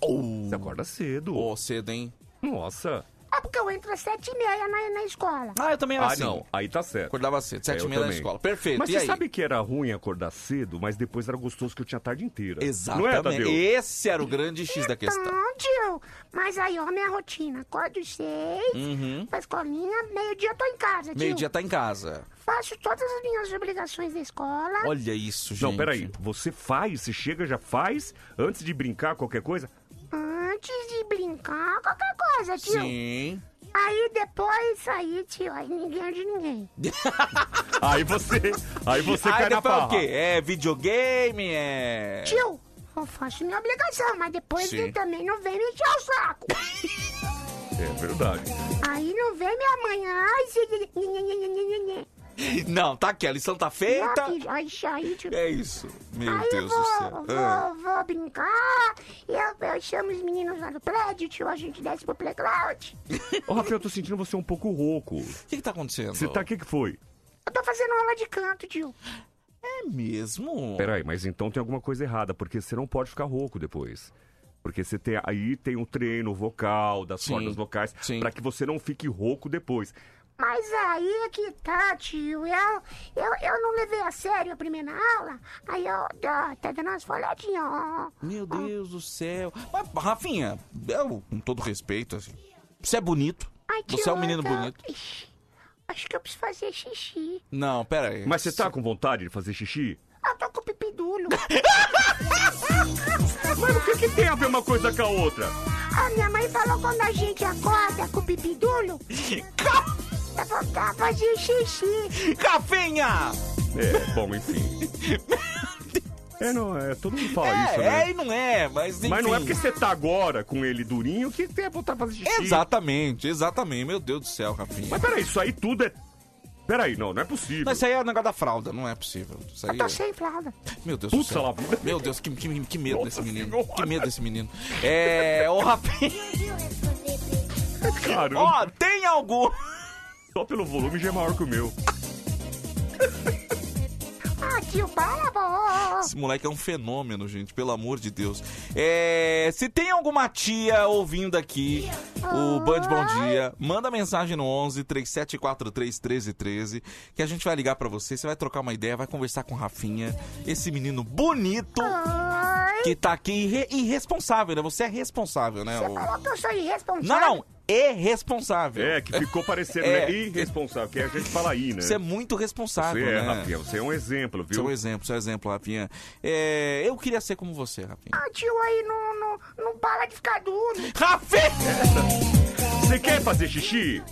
D: acorda cedo.
B: Ô, cedo, hein?
D: Nossa.
G: É porque eu entro às sete e meia na, na escola.
B: Ah, eu também
D: Ah, não, aí tá certo.
B: Acordava cedo, sete
D: É,
B: e
D: eu
B: meia na
D: também.
B: escola. Perfeito,
D: Mas
B: e
D: você
B: aí?
D: sabe que era ruim acordar cedo, mas depois era gostoso que eu tinha a tarde inteira.
B: Exatamente.
D: Não é, Tadeu?
B: Esse era o grande X da questão.
G: Não, Então, tio. Mas aí, ó, minha rotina. Acordo seis,
B: Uhum.
G: pra escolinha, meio-dia eu tô em casa, tio.
B: Meio-dia tá em casa.
G: Faço todas as minhas obrigações da escola.
B: Olha isso, gente.
D: Não, peraí. Você faz, você chega, já faz, antes de brincar, qualquer coisa?
G: Antes de brincar, qualquer coisa, tio.
B: Sim.
G: Aí depois, aí, tio, aí ninguém é de ninguém.
D: Aí você, aí você
B: aí
D: cai na
B: depois é
D: parra.
B: o quê? É videogame, é...
G: Tio, eu faço minha obrigação, mas depois
B: Sim.
G: ele também não vem me encher o saco.
D: É verdade.
G: aí não vem me amanhã. Ai, se... nhe, nhe, nhe, nhe, nhe, nhe.
B: Não, tá aqui, a lição tá feita.
G: Não, tio, Aí, aí, tio.
B: É isso. Meu
G: aí eu
B: Deus
G: vou,
B: do céu.
G: vou,
B: Ah.
G: vou brincar, eu, eu chamo os meninos lá do prédio, tio, a gente desce pro playground.
D: Ô, Rafael, eu tô sentindo você um pouco rouco.
B: O que, que tá acontecendo?
D: Você tá, o que que foi?
G: Eu tô fazendo aula de canto, tio.
B: É mesmo?
D: Peraí, mas então tem alguma coisa errada, porque você não pode ficar rouco depois. Porque você tem, aí tem um treino vocal das
B: Sim,
D: cordas vocais
B: sim.
D: pra que você não fique rouco depois.
G: Mas aí é que tá, tio. Eu, eu, eu não levei a sério a primeira aula. Aí eu ó, tá dando umas folhadinhas, ó.
B: Meu
D: Ah!
B: Deus do céu. Mas, Rafinha, eu, com todo respeito, assim, você é bonito.
G: Ai, tio,
B: Você é um menino
G: eu tô-
B: bonito.
G: Ixi, acho que eu preciso fazer xixi.
B: Não, peraí.
D: Mas você tá com vontade de fazer xixi?
G: Eu tô com o pipi duro.
D: Mas o que, que tem a ver uma coisa com a outra?
G: a minha mãe falou quando a gente acorda com o pipi duro, tá dá vontade de fazer xixi.
B: Cafinha!
D: É, bom, enfim. É, não, é, todo mundo fala
B: É,
D: isso, né?
B: é e não é, mas enfim.
D: Mas não é porque você tá agora com ele durinho que tem a vontade de fazer xixi.
B: Exatamente, exatamente. Meu Deus do céu, Rafinha.
D: Mas peraí, isso aí tudo é. Peraí, não, não é possível.
B: Mas isso aí é o negócio da fralda, não é possível. Isso aí
G: Eu tô
B: é...
G: sem fralda.
B: Meu Deus do
D: Putz,
B: céu.
D: ela vida.
B: Meu Deus, que, que, que medo
D: Nossa
B: desse menino.
D: Senhora.
B: Que medo desse menino. É. Ô, Rafinha.
D: Caramba,
B: Ó, tem algum.
D: só pelo volume já é maior que o meu.
G: Ah, tio, para, vó.
B: Esse moleque é um fenômeno, gente, pelo amor de Deus. É, se tem alguma tia ouvindo aqui, o Band Bom Dia, manda mensagem no 11 3743 1313, que a gente vai ligar pra você, você vai trocar uma ideia, vai conversar com o Rafinha, esse menino bonito
G: Ai,
B: que tá aqui irre- irresponsável, né? Você é responsável, né?
G: você
B: ô-
G: falou que eu sou
B: Não,
G: irresponsável.
B: não, irresponsável.
D: É, que ficou parecendo,
B: É.
D: né? Irresponsável, que a gente fala aí, né?
B: Você é muito
D: Você
B: responsável,
D: é,
B: né?
D: Rafinha, você é um exemplo, viu?
B: Você é um exemplo, você é um exemplo, Rafinha. É, eu queria ser como você, Rafinha.
G: Ah, tio, aí não, não, não para de ficar duro.
B: Rafinha!
D: Você quer fazer xixi?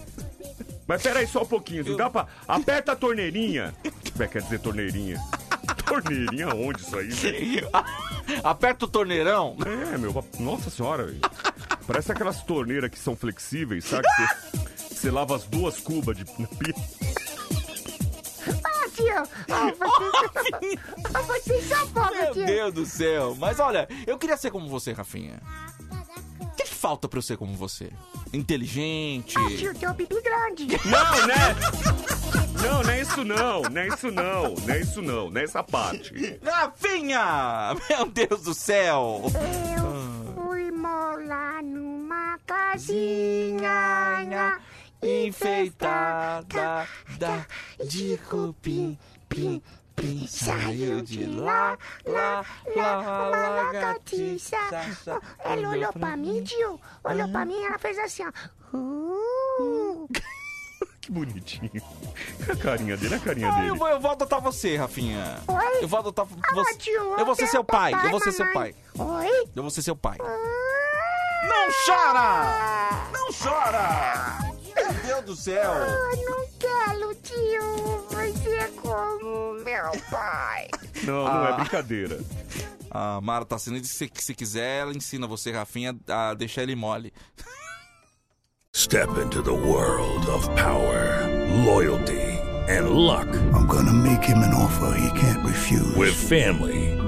D: Mas peraí só um pouquinho, não dá pra. Aperta a torneirinha. Como é que quer dizer torneirinha? torneirinha onde isso aí? velho?
B: Aperta o torneirão.
D: É, meu, nossa senhora, velho. Parece aquelas torneiras que são flexíveis, sabe? Que Você, você lava as duas cubas de na pia.
G: Ah, tio, ah, vocês, ah, vocês são pobres,
B: Meu
G: tio.
B: Deus do céu. Mas olha, eu queria ser como você, Rafinha. O que que falta pra eu ser como você? Inteligente.
G: Ah, tio, tem um pipi grande.
D: Não, né? Não, não é isso não, não é isso não, não é isso não, não é essa parte.
B: Rafinha! Meu Deus do céu. Ah.
G: Eu fui morar numa casinha nha,
B: Enfeitada da
G: e
B: de cupim, pim, pim. Saiu de lá, lá, lá,
G: uma
B: lá,
G: lagartixa.
B: lagartixa.
G: Ela olhou pra mim, tio, olhou pra mim e ela fez assim, ó.
B: Hum.
G: Uh.
D: Que bonitinho. A carinha dele, a carinha
B: Ah, eu,
D: dele.
B: vou, eu vou adotar você, Rafinha.
G: Oi?
B: Eu vou adotar você.
G: Ah, tio,
B: eu vou ser
G: tenho
B: seu pai.
G: papai,
B: Eu vou ser seu
G: mamãe.
B: pai.
G: Oi?
B: Eu vou ser seu pai.
G: Ah.
B: Não chora! Não chora! Meu Deus do céu!
G: Ah, Eu não quero, tio. Você é como meu pai.
D: Não, não é brincadeira.
B: A Mara tá assinando disse que se quiser, ela ensina você, Rafinha, a deixar ele mole.
I: Step into the world of power, loyalty, and luck
J: I'm gonna make him an offer he can't refuse.
I: with family,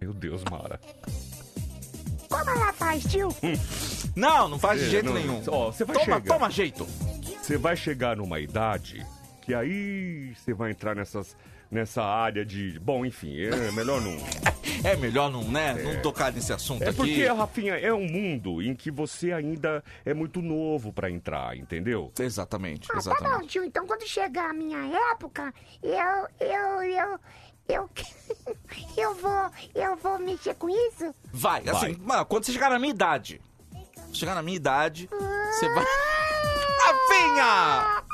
D: Meu Deus, Mara.
G: Como ela faz,
B: Hum,
G: tio? Ah,
B: Não, não faz de
D: É,
B: jeito
D: não.
B: nenhum.
D: Ó, você vai
B: toma,
D: chegar.
B: toma jeito.
D: Você vai chegar numa idade que aí você vai entrar nessas, nessa área de. Bom, enfim, é melhor não.
B: É melhor não, né? Não
D: É.
B: tocar nesse assunto
D: É
B: aqui.
D: porque, Rafinha, é um mundo em que você ainda é muito novo pra entrar, entendeu?
B: Exatamente,
G: Ah, tá bom, tio. Então, quando chegar a minha época, eu, eu, eu, eu, eu vou, eu vou mexer com isso?
B: Vai, assim, mano, quando você chegar na minha idade. Chegar na minha idade, você vai. Rafinha!
G: Ah,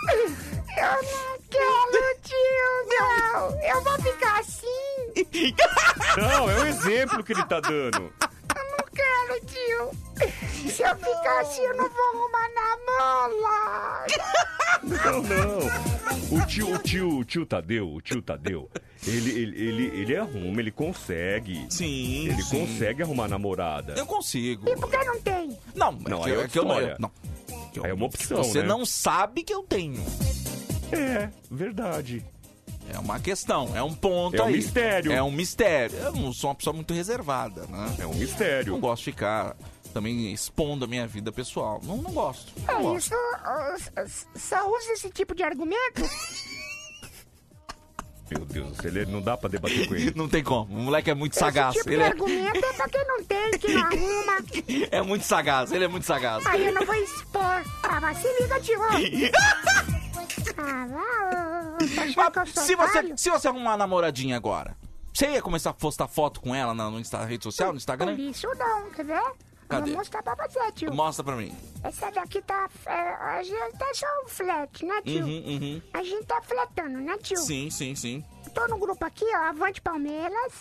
G: Eu não quero, tio, não. Eu vou ficar assim.
D: Não, é um exemplo que ele tá dando.
G: Não quero, tio. Se eu ficar assim, eu não vou arrumar na mola.
D: Não, não. O tio, o tio, o tio Tadeu, o tio Tadeu, ele, ele, ele, ele arruma, ele consegue.
B: Sim.
D: Ele
B: sim.
D: consegue arrumar namorada.
B: Eu consigo.
G: E por que não tem?
B: Não,
D: Não,
B: é que,
D: aí
B: eu-
D: é
B: é que eu não.
D: história.
B: não.
D: Aí é uma opção,
B: Você
D: né?
B: não sabe que eu tenho.
D: É, verdade.
B: É uma questão, é um ponto
D: É um
B: aí.
D: mistério.
B: É um mistério. Eu não sou uma pessoa muito reservada, né?
D: É um mistério.
B: Não gosto de ficar também expondo a minha vida pessoal. Não, não gosto. Não
G: É
B: gosto.
G: isso, ó, só usa esse tipo de argumento?
D: Meu Deus, do céu, ele não dá pra debater com ele.
B: Não tem como. O moleque é muito sagaz.
G: Esse tipo
B: ele
G: de
B: é...
G: argumento é pra quem não tem, que não arruma.
B: é muito sagaz, ele é muito sagaz.
G: Aí eu não vou expor. Ah, mas se liga, tio. Ah, lá, ô, tá achando que eu sou
B: Se você,
G: otário?
B: se você arrumar uma namoradinha agora, você ia começar a postar foto com ela na no Insta- rede social, no
G: Por
B: Instagram?
G: Isso não, quer ver? Tá Eu
B: Cadê?
G: Vou mostrar pra você, tio.
B: Mostra pra mim.
G: Essa daqui tá... É, a gente tá só um flat, né, tio?
B: Uhum, uhum.
G: A gente tá fletando, né, tio?
B: Sim, sim, sim.
G: Tô no grupo aqui, ó, Avante Palmeiras.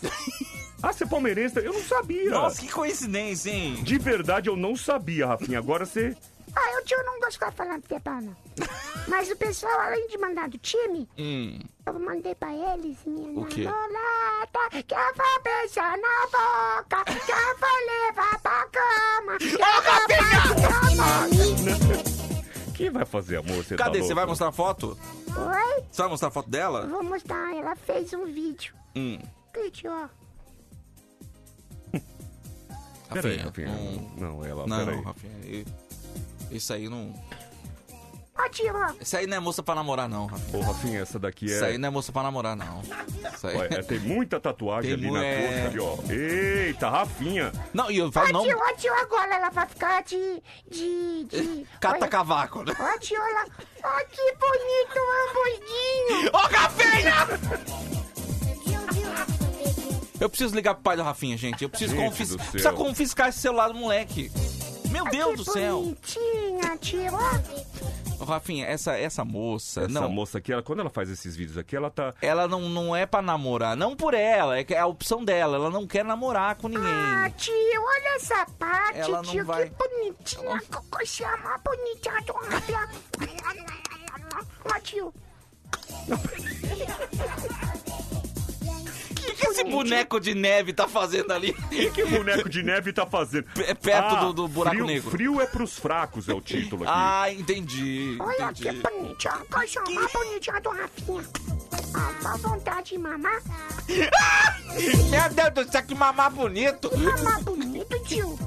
D: Ah, você é palmeirense? Eu não sabia.
B: Nossa, que coincidência, hein?
D: De verdade, eu não sabia, Rafinha. Agora você.
G: ah, o tio não gostou de falar do Tepão, não. Mas o pessoal, além de mandar do time,
B: Hum.
G: Eu mandei pra eles minha
B: O quê?
G: namorada que eu vou beijar na boca, que eu vou levar pra cama. que eu vou pra
D: Quem vai fazer, amor? Você tá
B: Cadê? Você
D: louco?
B: vai mostrar a foto?
G: cama. Oi?
B: Você vai mostrar a foto dela?
G: Vou mostrar, ela fez um vídeo.
B: Hum.
G: Clique, ó.
D: Peraí,
B: Rafinha,
D: Rafinha.
B: não-
D: Não, ela.
B: Não,
D: peraí.
B: Rafinha. e- Isso aí não.
G: Ó, tio, ó.
B: Isso aí não é moça pra namorar, não, Rafinha.
D: Ô, Rafinha, essa daqui é.
B: Isso aí não é moça pra namorar, não. Isso aí.
D: Ué, é, tem muita tatuagem
B: Tem
D: ali
B: mu-
D: na
B: é.
D: coxa, ali, ó. Eita, Rafinha.
B: Não, e eu
G: Ó,
B: falo, não.
G: tio, ó, tio, agora ela vai ficar de... de... de...
B: Cata
G: Oi.
B: cavaco, né?
G: Ó, tio, ela... Ó, que bonito o hamburguinho.
B: Ô, Rafinha! Eu preciso ligar pro pai do Rafinha, gente. Eu preciso
D: Gente
B: confis...
D: do céu.
B: Precisa confiscar esse celular do moleque. Meu
G: Ó,
B: Deus
G: que
B: do céu.
G: bonitinha, tio, ó.
B: Ô, Rafinha, essa, essa moça.
D: Essa
B: não,
D: moça aqui, ela, quando ela faz esses vídeos aqui, ela tá.
B: ela não, não é pra namorar. Não por ela, é que é a opção dela. Ela não quer namorar com ninguém.
G: Ah, tio, olha essa parte,
B: Ela não
G: tio,
B: vai-
G: que bonitinha, cococinha, uma bonitinha do Rafa. Ó, tio.
B: O que, que esse boneco de neve tá fazendo ali?
D: O que o boneco de neve tá fazendo?
B: P- perto do- do buraco
D: frio,
B: negro.
D: Frio é pros fracos, é o título aqui.
B: Ah, entendi.
G: Olha que
B: entendi.
G: bonitinha, cococinha, uma bonitinha do Rafinha. Ó, dá vontade Tá de mamar.
B: Meu Deus do céu, que mamar bonito!
G: Mamar bonito, tio.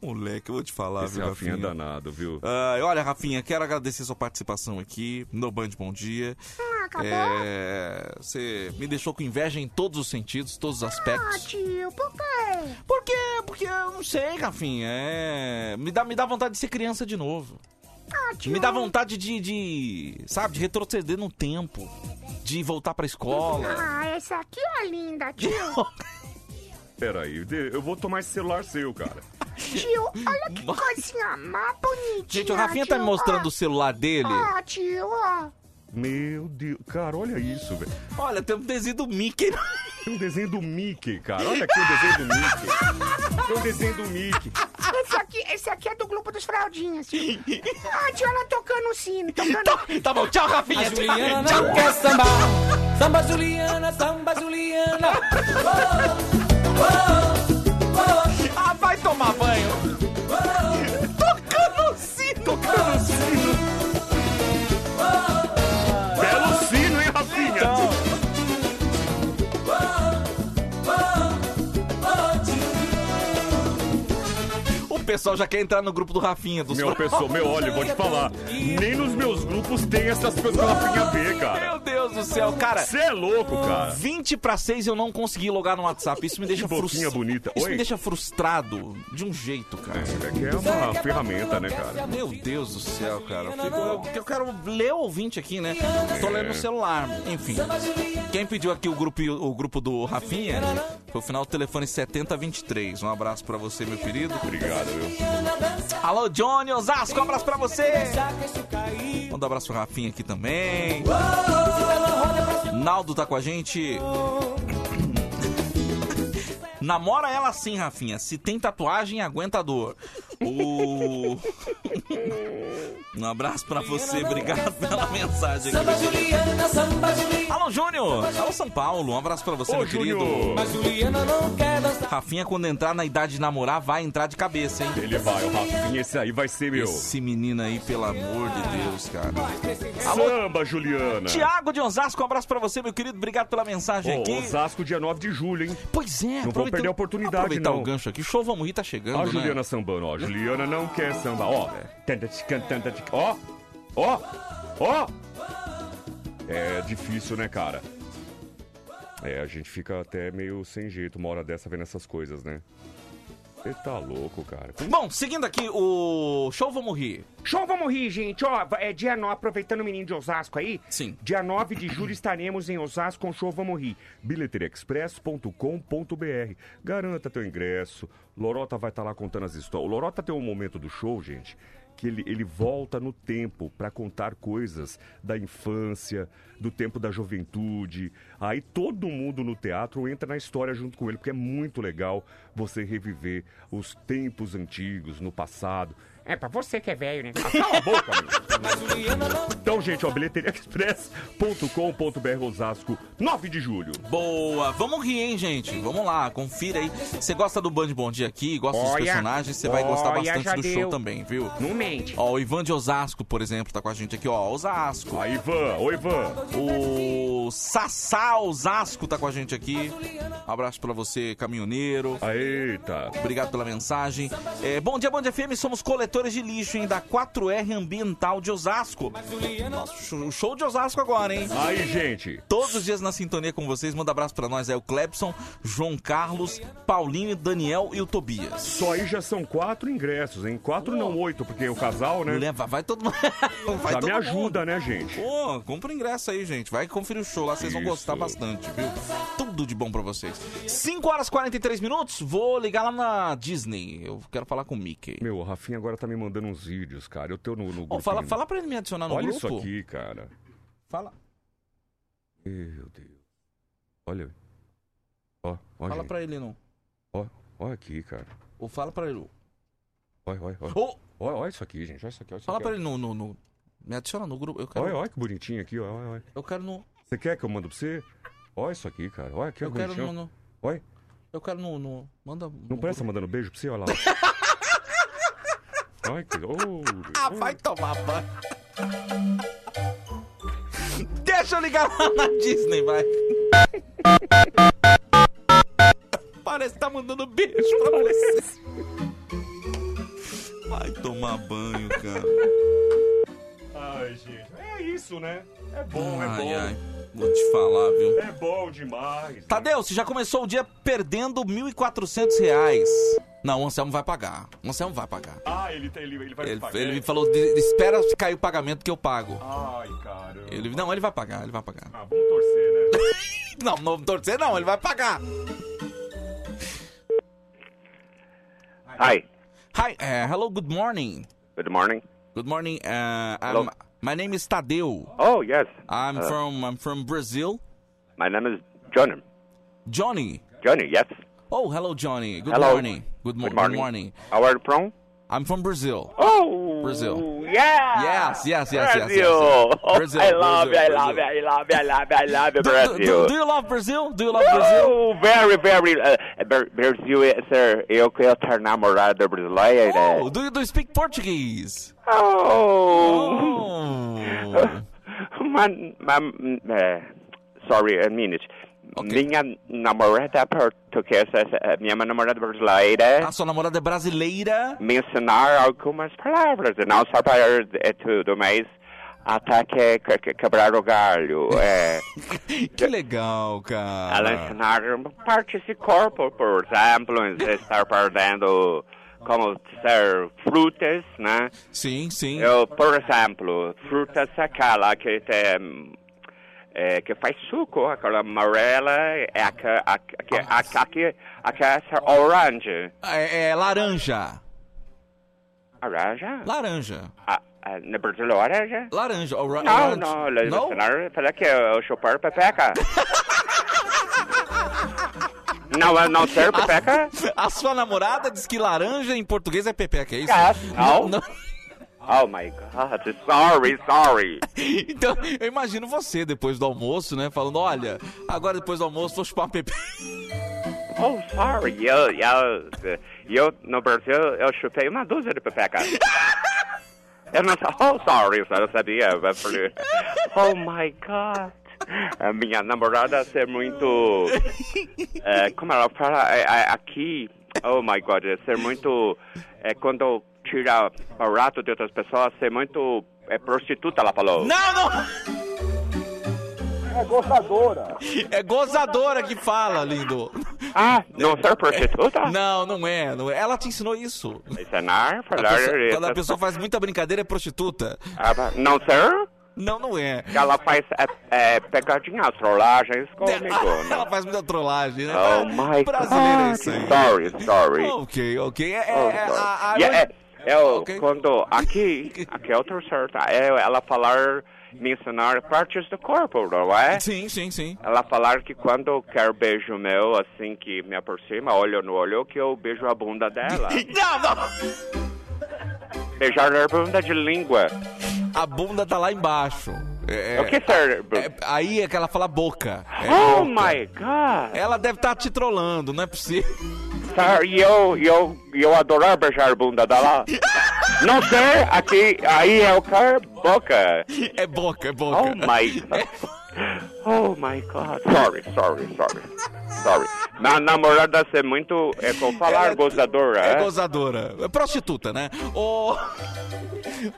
B: Moleque, eu vou te falar,
D: Esse
B: viu,
D: Rafinha é
B: Rafinha?
D: danado, viu?
B: Ah, olha, Rafinha, quero agradecer sua participação aqui no Band Bom Dia.
G: Ah, acabou?
B: É, Você me deixou com inveja em todos os sentidos, todos os aspectos.
G: Ah, tio, por quê?
B: Por quê? Porque eu não sei, Rafinha. É. Me dá, me dá vontade de ser criança de novo.
G: Ah, tio.
B: Me dá vontade de, de. Sabe, de retroceder no tempo. De voltar pra escola.
G: Ah, essa aqui é linda, tio.
D: Peraí, de- eu vou tomar esse celular seu, cara.
G: tio, olha que coisinha má bonitinha.
B: Gente, o Rafinha tá
G: tio.
B: me mostrando o celular dele.
G: Ó, ó, tio, ó.
D: Meu Deus, cara, olha isso, velho.
B: Olha, tem um desenho do Mickey.
D: Tem um desenho do Mickey, cara. Olha aqui o desenho do Mickey. Tem um desenho do Mickey.
G: Esse aqui, esse aqui é do grupo dos fraldinhas. tio. Ah, tio, ela tocando o sino. Tocando...
B: Tá bom, tchau, Rafinha.
G: A Juliana
B: tchau.
G: não quer
B: samba.
K: Samba Juliana, samba Juliana.
B: Ah, vai tomar banho. Tocando o sino. Tocando o sino.
D: Belo sino, hein, Rafinha?
B: O pessoal já quer entrar no grupo do Rafinha. Dos
D: Meu, pessoal, meu, olha, eu vou te falar. Nem nos meus grupos tem essas coisas que a Rafinha vê, cara.
B: Meu Deus do céu, cara.
D: Você é louco, cara.
B: 20 pra 6 eu não consegui logar no WhatsApp. Isso me deixa
D: boquinha
B: frustrado.
D: bonita.
B: Isso
D: Oi?
B: me deixa frustrado de um jeito, cara.
D: É que é uma ferramenta, né, cara?
B: é Meu Deus do céu, cara. Eu, fico- eu- eu quero ler o ouvinte aqui, né? Tô
D: É.
B: lendo no celular. Enfim. Quem pediu aqui o grupo, o grupo do Rafinha foi o final do telefone 7023. Um abraço pra você, meu querido.
D: Obrigado, viu?
B: Alô, Johnny Osasco, um abraço pra você. Manda um abraço pro Rafinha aqui também. Naldo tá com a gente. Namora ela sim, Rafinha. Se tem tatuagem, aguenta a dor. O... um abraço pra você. Obrigado pela mensagem.
K: Samba
B: querido.
K: Juliana, samba Juliana.
B: Alô, Júnior. Alô, São Paulo. Um abraço pra você,
D: Ô,
B: meu querido.
D: Júnior.
K: Mas Juliana não quer dançar.
B: Rafinha, quando entrar na idade de namorar, vai entrar de cabeça, hein?
D: Ele vai, o Rafinha, esse aí vai ser meu.
B: Esse menino aí, pelo amor de Deus, cara. Alô,
D: Samba, Juliana.
B: Tiago de Osasco, um abraço pra você, meu querido. Obrigado pela mensagem
D: Ô,
B: aqui.
D: Osasco, dia 9 de julho, hein?
B: Pois é,
D: Não vou
B: aproveitando-
D: perder a oportunidade,
B: aproveitar
D: não.
B: o gancho aqui. Show, vamos rir, tá chegando,
D: Ó, a
K: é?
B: né?
D: Juliana sambando, ó. Juliana não quer samba, ó. Tantatic, tantatic, Ó, ó, ó. É difícil, né, cara? É, a gente fica até meio sem jeito uma hora dessa vendo essas coisas, né? Você tá louco, cara.
B: Bom, seguindo aqui o Show Vamos Rir.
E: Show, vamos rir, gente. Ó, é dia 9, aproveitando o menino de Osasco aí.
B: Sim.
E: Dia 9 de julho estaremos em Osasco com o show Vamos Rir. Bilheteriaexpress.com.br. Garanta teu ingresso. Lorota vai estar lá contando as histórias. O Lorota tem um momento do show, gente, que ele, ele volta no tempo pra contar coisas da infância, do tempo da juventude. Aí todo mundo no teatro entra na história junto com ele, porque é muito legal você reviver os tempos antigos, no passado. É pra você que é velho, né? Ah, cala a boca, meu. Então, gente, ó, bilheteriaexpress.com.br Osasco, 9 de julho.
B: Boa, vamos rir, hein, gente? Vamos lá, confira aí. Você gosta do Band Bom Dia aqui, gosta dos
E: Olha,
B: personagens, você vai gostar
E: olha, já
B: bastante do show
E: deu.
B: também, viu?
E: Não mente.
B: Ó, o Ivan de Osasco, por exemplo, tá com a gente aqui, ó. Osasco.
D: Ó, Ivan, ô Ivan.
B: O Sassá Osasco tá com a gente aqui. Um abraço pra você, caminhoneiro.
D: Eita.
B: Obrigado pela mensagem. É, bom dia, Band FM. Somos coletores de lixo, hein? Da 4R Ambiental de Osasco. Nossa, show- um show de Osasco agora, hein?
D: Aí, gente.
B: Todos os dias na sintonia com vocês. Manda abraço pra nós. É o Clebson, João Carlos, Paulinho, Daniel e o Tobias.
D: Só aí já são quatro ingressos, hein? Quatro não oito, porque é o casal, né?
B: Leva, vai todo mundo. Vai
D: já
B: todo
D: me ajuda,
B: mundo.
D: né, gente?
B: Pô, compra o ingresso aí, gente. Vai conferir o show lá, vocês vão
D: Isso.
B: gostar bastante, viu? Tudo de bom pra vocês. 5 horas e 43 minutos, vou ligar lá na Disney. Eu quero falar com o Mickey.
D: Meu, o Rafinha agora tá me mandando uns vídeos, cara. Eu tô no, no
B: Ó,
D: grupo.
B: fala,
D: ainda.
B: fala pra ele me adicionar no
D: Olha
B: grupo.
D: isso aqui, cara.
B: Fala,
D: Meu Deus. Olha. Ó, ó,
B: fala
D: gente.
B: pra ele, não.
D: Ó, ó aqui, cara.
B: Ou fala pra ele.
D: Ó, ó, ó.
B: Ou
D: Ó, ó isso aqui, gente. Olha isso aqui, ó, isso
B: fala
D: aqui,
B: pra
D: ó.
B: ele no, no, no- Me adiciona no grupo. Eu quero.
D: Olha, olha que bonitinho aqui, ó, ó, ó.
B: Eu quero no.
D: Você quer que eu mando pra você? Olha isso aqui, cara. Olha que
B: Eu quero no,
D: bonitinho.
B: no-
D: Olha.
B: Eu quero no. no- manda. um no
D: Não presta
B: grupo.
D: mandando beijo pra você? Olha lá. Ai, que... Oh,
B: Ah, vai tomar banho. Deixa eu ligar lá na Disney, vai. Parece que tá mandando beijo pra você. Vai tomar banho, cara.
D: Ai, gente. É isso, né? É bom, é
B: Ai,
D: bom.
B: ai. Vou te falar, viu?
D: É bom demais.
B: Tadeu, você já começou o dia perdendo 1.400 reais. Não, o Anselmo vai pagar. O Anselmo vai pagar.
D: Ah, ele, tem, ele, ele vai
B: Ele,
D: pagar. é
B: ele me falou, "De- espera cair o pagamento que eu pago.
D: Ai, cara.
B: Ele, não, ele vai pagar, ele vai pagar.
D: Ah, vamos torcer, né?
B: Não, não torcer não, ele vai pagar.
G: Hi.
B: Hi, uh, hello, good morning.
G: Good morning.
B: Good morning. Uh,
G: Hello.
B: I'm, my name is Tadeu.
G: Oh yes.
B: I'm
G: Uh,
B: from I'm from Brazil.
G: My name is Johnny.
B: Johnny.
G: Johnny, yes.
B: Oh, hello, Johnny. Good
G: Hello.
B: morning. Good, mo-
G: Good morning.
B: Good morning.
G: How are you from?
B: I'm from Brazil.
G: Oh,
B: Brazil.
G: yeah.
B: Yes, yes, yes, yes, yes, yes.
G: Brazil. Oh,
B: Brazil.
G: I love you,
B: Brazil,
G: I love you,
B: Brazil.
G: I love you, I love you, I love you,
B: Do- do-
G: Brazil.
B: do- do you love Brazil? Do you love
G: Oh, very, very. Uh, Bra- Brasil, eh, sir, eu quero ter namorada brasileira.
B: Oh, do you, do you speak Portuguese?
G: Oh. Man, man, eh, sorry, a minute. Minha namorada portuguesa, eh, minha namorada brasileira,
B: A sua namorada é brasileira?
G: me ensinar algumas palavras, não saber eh, tudo, mas até que, que- que quebrar o galho. É.
B: Que legal, cara.
G: Ela ensinar partes do corpo, por exemplo, estar perdendo como ser frutas, né?
B: Sim, sim.
G: Eu, por exemplo, fruta aquela que tem é, que faz suco, aquela amarela, é a que a que a que- a que- a que é essa orange.
B: Ah, É, é laranja.
G: Laranja?
B: Laranja.
G: Ah, ah, no Brasil, laranja?
B: Laranja. Ora
G: Não,
B: orange.
G: não, é ele
B: Não?
G: mencionaram, fala que eu chupar pepeca. não, eu não ser pepeca?
B: A sua namorada diz que laranja em português é pepeca, é isso?
G: Yes.
B: Não,
G: No.
B: não.
G: Ah, Oh my god, sorry, sorry.
B: Então, eu imagino você depois do almoço, né? Falando, olha, agora depois do almoço vou chupar pepeca.
G: Oh, sorry, eu, eu, eu no Brasil eu chupei uma dúzia de pepeca. Eu não sa- oh, sorry, eu não sabia. Eu falei, Oh my god. A minha namorada ser muito. eh, como ela fala eh, eh, aqui? Oh my god, é ser muito. É, quando tira barato de outras pessoas, ser muito. É prostituta, ela falou.
B: Não, não!
L: É gozadora.
B: É gozadora que fala, lindo.
G: Ah, não ser prostituta?
B: Não, não é, não é. Ela te ensinou isso.
G: Ensinar,
B: A
G: falar.
B: pessoa- quando a
G: essas
B: pessoa faz muita brincadeira, é prostituta.
G: Ah, ba- não, sir?
B: Não, não é.
G: Ela faz é, é, pegadinhas, trollagens comigo. né?
B: Ela faz muita trollagem, né?
G: Oh my
B: Brasileira é
G: God.
B: isso aí.
G: Sorry, sorry.
B: Ok, ok. É, é,
G: Oh,
B: é,
G: sorry.
B: a- a-
G: Yeah, é, eu,
B: Ok.
G: quando aqui, aqui é outro certo, é ela falar, mencionar partes do corpo, não é?
B: Sim, sim, sim.
G: Ela falar que quando quer beijo meu, assim que me aproxima, olho no olho, que eu beijo a bunda dela.
B: Não, não!
G: Beijar a bunda de língua.
B: A bunda tá lá embaixo. É,
G: O que, sir?
B: é- aí é que ela fala boca. É
G: Oh
B: boca.
G: my god!
B: Ela deve estar te trollando, não é possível.
G: Sir, e eu, e eu, e eu adorar beijar a bunda dela. Não sei, aqui, aí é o cara boca.
B: É boca, é boca.
G: Oh my god. Oh my god. Sorry, sorry, sorry. Sorry. Na namorada ser muito, é como falar, gozadora.
B: É
G: é?
B: gozadora. É prostituta, né? Ô.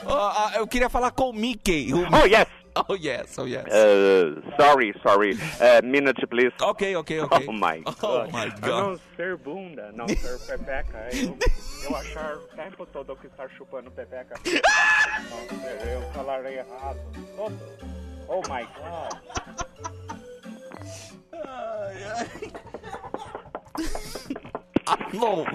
B: Ô, ah, eu queria falar com o Mickey. O-
G: Oh, yes.
B: Oh, yes, oh, yes.
G: Uh, sorry, sorry. Uh, minute, please.
B: Ok, ok, ok.
G: Oh my god.
B: Oh, my God.
G: Não ser bunda, não ser pepeca. Eu, eu achar o tempo todo que está chupando pepeca. Não sei, eu falar errado. Todo. Oh my god.
B: Alô!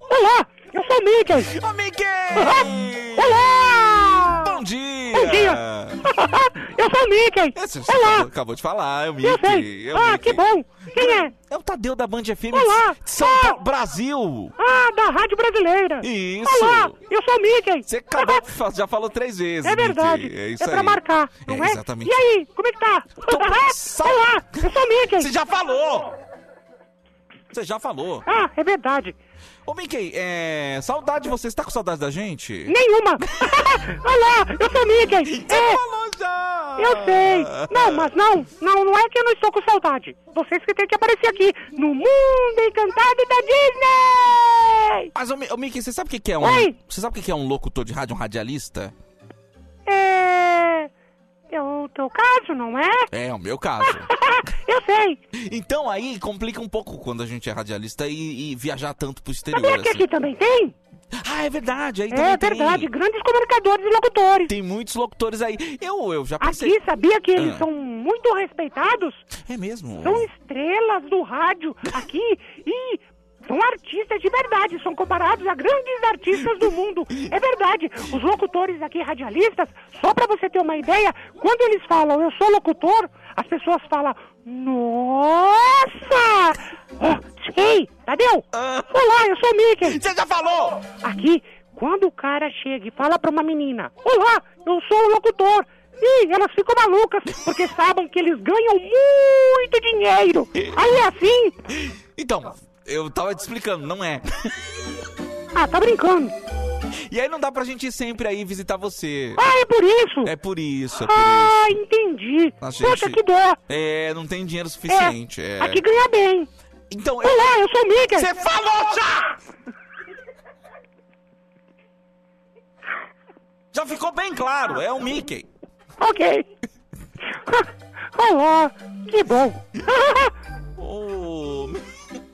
G: Olá, eu sou o Mickey.
B: Ô, Mickey!
G: Olá!
B: Bom dia!
G: Bom dia. Eu sou o Mickey.
B: Esse você acabou, acabou de falar, é o Mickey. é o
G: Ah,
B: Mickey.
G: que bom. Quem é?
B: É o Tadeu da Band FM
G: Olá.
B: de São Paulo, Brasil.
G: Ah, da Rádio Brasileira.
B: Isso.
G: Olá, eu sou o Mickey.
B: Você acabou de falar, já falou três vezes.
G: É verdade.
B: Mickey. É isso
G: é
B: aí.
G: pra marcar,
B: É,
G: não é?
B: Exatamente.
G: E aí, como é que tá? Olá, eu sou o Mickey.
B: Então, Você já falou! Você já falou.
G: Ah, é verdade.
B: Ô, Mickey, é... saudade de você. Você tá com saudade da gente?
G: Nenhuma. Olá, eu sou o Mickey.
B: Você
G: é,
B: falou já!
G: eu sei. Não, mas não. Não, não é que eu não estou com saudade. Vocês que têm que aparecer aqui no Mundo Encantado da Disney.
B: Mas, ô, Mi- ô, Mickey, você sabe o que que é um...
G: Oi.
B: Você sabe o que que é um locutor de rádio, um radialista?
G: É... É o teu caso, não é?
B: É o meu caso.
G: Eu sei.
B: Então aí complica um pouco quando a gente é radialista e, e viajar tanto pro
G: Mas não
B: exterior.
G: é que
B: assim.
G: aqui também tem?
B: Ah, é verdade. Aí
G: é
B: também tem.
G: verdade. Grandes comunicadores e locutores.
B: Tem muitos locutores aí. Eu, eu já pensei.
G: Aqui, tá sabia que eles
B: Ah.
G: são muito respeitados?
B: É mesmo?
G: São estrelas do rádio aqui e são artistas de verdade, são comparados a grandes artistas do mundo. É verdade. Os locutores aqui, radialistas, só pra você ter uma ideia, quando eles falam eu sou locutor, as pessoas falam nossa! Oh, ei, Tadeu! Olá, eu sou o Mickey!
B: Você já falou!
G: Aqui, quando o cara chega e fala pra uma menina, olá, eu sou o locutor! Ih, elas ficam malucas, porque sabem que eles ganham muito dinheiro! Aí é assim?
B: Então, eu tava te explicando, não é.
G: Ah, tá brincando!
B: E aí não dá pra gente ir sempre aí visitar você.
G: Ah, é por isso!
B: É por isso, é por
G: Ah,
B: isso.
G: entendi!
B: A
G: Poxa,
B: gente-
G: que dó!
B: É, não tem dinheiro suficiente. É.
G: Aqui ganha bem!
B: Então,
G: Olá, eu sou o Mickey!
B: Você falou já! Já ficou bem claro, é o Mickey.
G: Ok! Olá, que bom!
B: Ô,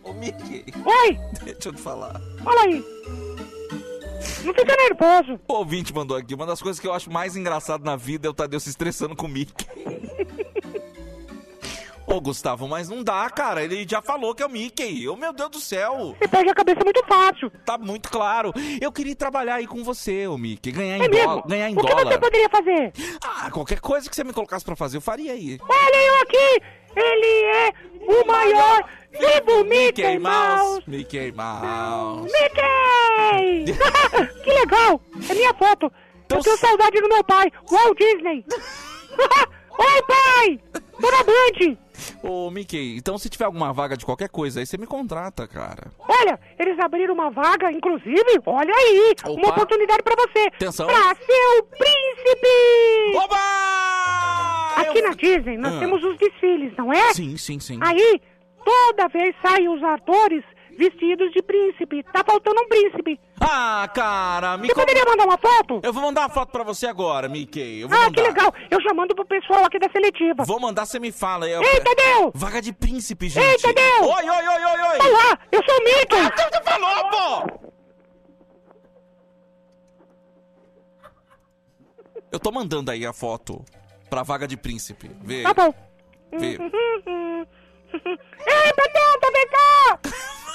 B: ô Mickey.
G: Oi!
B: Deixa eu te falar.
G: Fala aí! Não fica nervoso!
B: O ouvinte mandou aqui. Uma das coisas que eu acho mais engraçado na vida é o Tadeu se estressando com o Mickey. Ô, Gustavo, mas não dá, cara. Ele já falou que é o Mickey. Ô, meu Deus do céu.
G: Você perde a cabeça muito fácil!
B: Tá muito claro. Eu queria ir trabalhar aí com você, ô Mickey. Ganhar
G: É
B: em, dólar.
G: mesmo?
B: ganhar em
G: o que
B: dólar.
G: você tá poderia fazer?
B: Ah, qualquer coisa que você me colocasse pra fazer, eu faria aí.
G: Olha eu aqui! Ele é o maior vivo Mickey Mouse!
B: Mickey Mouse.
G: Mickey! que legal! É minha foto!
B: Então
G: Eu tenho saudade do meu pai, Walt Disney! Oi, pai! Tô na Band!
B: Ô, Mickey, então se tiver alguma vaga de qualquer coisa aí, você me contrata, cara.
G: Olha, eles abriram uma vaga, inclusive, olha aí! Uma
B: Opa.
G: oportunidade pra você!
B: Atenção.
G: Pra ser o príncipe! Aqui na Disney, nós
B: Ah.
G: temos os desfiles, não é?
B: Sim, sim, sim.
G: Aí, toda vez saem os atores vestidos de príncipe. Tá faltando um príncipe.
B: Ah, cara, me
G: Você poderia mandar uma foto?
B: Eu vou mandar uma foto pra você agora, Mickey. Eu vou
G: Ah,
B: mandar.
G: que legal. Eu já mando pro pessoal aqui da seletiva.
B: Vou mandar, você me fala. Eu...
G: Ei, Tadeu!
B: Vaga de príncipe, gente.
G: Ei, Tadeu!
B: Oi, oi, oi, oi, oi!
G: Olá, Tá eu sou o Mickey.
B: Ah, então você falou, pô! Eu tô mandando aí a foto pra vaga de príncipe. Vê.
G: Tá bom.
B: Vê.
G: Ei, Tadeu, tá vem cá.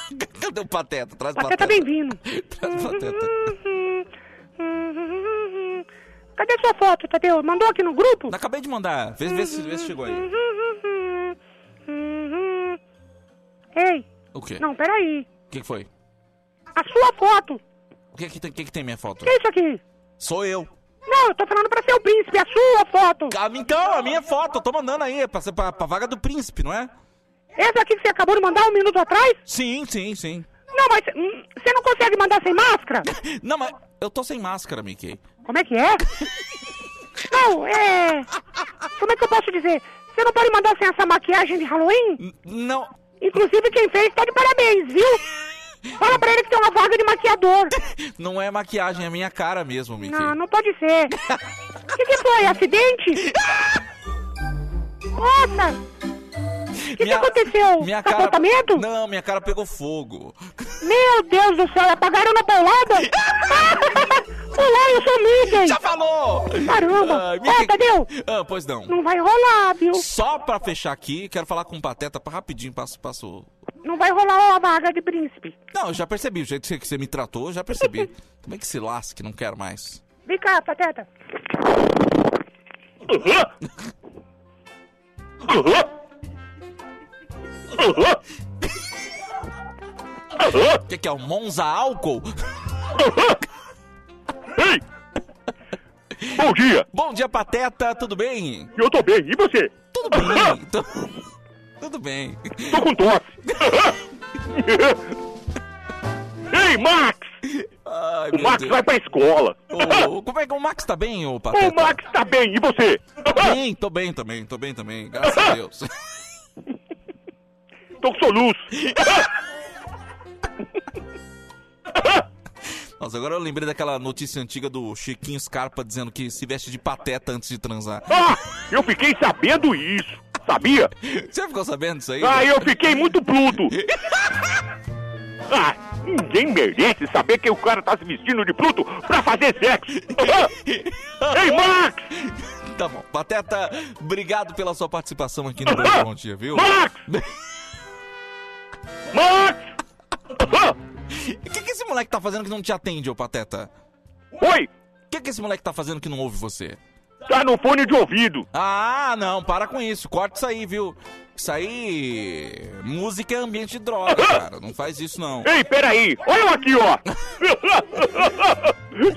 B: Cadê o Pateta? Traz o
G: Pateta tá bem-vindo.
B: Traz o Pateta.
G: Cadê sua foto, Tadeu? Mandou aqui no grupo?
B: Acabei de mandar. Vê, vê, se, vê se chegou aí.
G: Ei.
B: O quê?
G: Não, peraí.
B: O que que foi?
G: A sua foto.
B: O que que tem, o que que tem minha foto?
G: O que é isso aqui?
B: Sou eu.
G: Não, eu tô falando pra ser o príncipe, a sua foto.
B: Ah, Então, a minha foto, eu tô mandando aí, pra, ser- pra, pra vaga do príncipe, não é?
G: Essa aqui que você acabou de mandar um minuto atrás?
B: Sim, sim, sim.
G: Não, mas hum, você não consegue mandar sem máscara?
B: Não, mas eu tô sem máscara, Mickey.
G: Como é que é? Não, é. Como é que eu posso dizer? Você não pode mandar sem essa maquiagem de Halloween?
B: Não.
G: Inclusive, quem fez tá de parabéns, viu? Fala pra ele que tem uma vaga de maquiador.
B: Não é maquiagem, é minha cara mesmo, Mickey.
G: Não, não pode ser. O que, que foi? Acidente? Nossa! O que, que aconteceu? Tá
B: Minha cara.
G: Capotamento?
B: Não, minha cara pegou fogo.
G: Meu Deus do céu, apagaram na paulada? Olá, eu sou o Mickey!
B: Já falou!
G: Caramba!
B: Ai,
G: Ó, Tadeu,
B: Ah, pois não.
G: não vai rolar, viu?
B: Só pra fechar aqui, quero falar com o Pateta pra- rapidinho, passo, passo.
G: Não vai rolar a vaga de príncipe.
B: Não, eu já percebi, o jeito que você- que você me tratou, eu já percebi. Como é que se lasque, não quero mais.
G: Vem cá, Pateta.
B: O que, que é o Monza álcool?
M: Bom dia!
B: Bom dia, Pateta, tudo bem?
M: Eu tô bem, e você?
B: Tudo bem, tô- tudo bem.
M: Tô com tosse! Ei, Max!
B: Ai,
M: o
B: meu
M: Max
B: Deus.
M: vai pra escola!
B: Ô, como é que o Max tá bem, ô Pateta?
M: O Max tá bem, e você?
G: Tá
B: Tô bem, tô bem também, tô bem também, graças a Deus.
M: Tô com soluço!
B: Nossa, agora eu lembrei daquela notícia antiga do Chiquinho Scarpa dizendo que se veste de pateta antes de transar.
G: Ah, eu fiquei sabendo isso, sabia?
B: Você ficou sabendo disso aí?
G: Ah, eu fiquei muito bruto. Ah, ninguém merece saber que o cara tá se vestindo de Pluto pra fazer sexo. Ah, Ei, Max!
B: Tá bom. Pateta, obrigado pela sua participação aqui no Bom, Bom Dia, viu?
G: Max! Max!
B: O que, que esse moleque tá fazendo que não te atende, ô Pateta?
G: Oi!
B: O que, que esse moleque tá fazendo que não ouve você?
G: Tá no fone de ouvido.
B: Ah, não, para com isso. Corta isso aí, viu? Isso aí. Música é ambiente de droga, cara. Não faz isso, não.
G: Ei, peraí! Olha eu aqui, ó!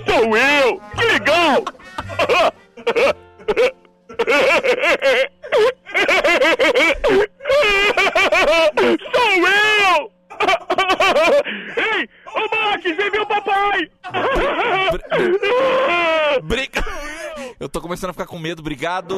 G: Sou eu! Que legal! Sou eu! Ei! Ô, Max, é meu papai!
B: Briga. Eu tô começando a ficar com medo. Obrigado.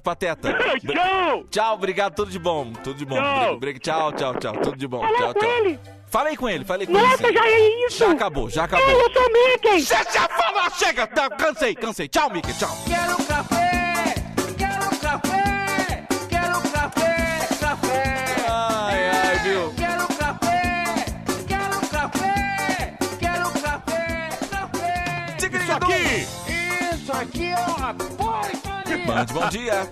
B: Pateta. Bri-
G: Tchau!
B: Tchau, obrigado. Tudo de bom. Tudo de bom.
G: Tchau.
B: Bri- bri- Tchau, tchau, tchau. Tudo de bom.
N: Falei
B: tchau,
N: com
B: tchau.
N: ele.
B: Falei com ele, falei com ele.
N: Nossa,
B: sim.
N: já é isso.
B: Já acabou, já acabou.
G: É,
N: Eu sou o Mickey.
B: Já, já falou, chega. Tá, cansei, cansei. Tchau, Mickey, tchau.
D: Quero um café, quero um café, quero um café, café.
B: Ai, ai, viu?
D: Quero café, quero um café, quero um café, um café.
B: Isso aqui!
D: Isso aqui é uma porcaria.
B: Band, bom dia.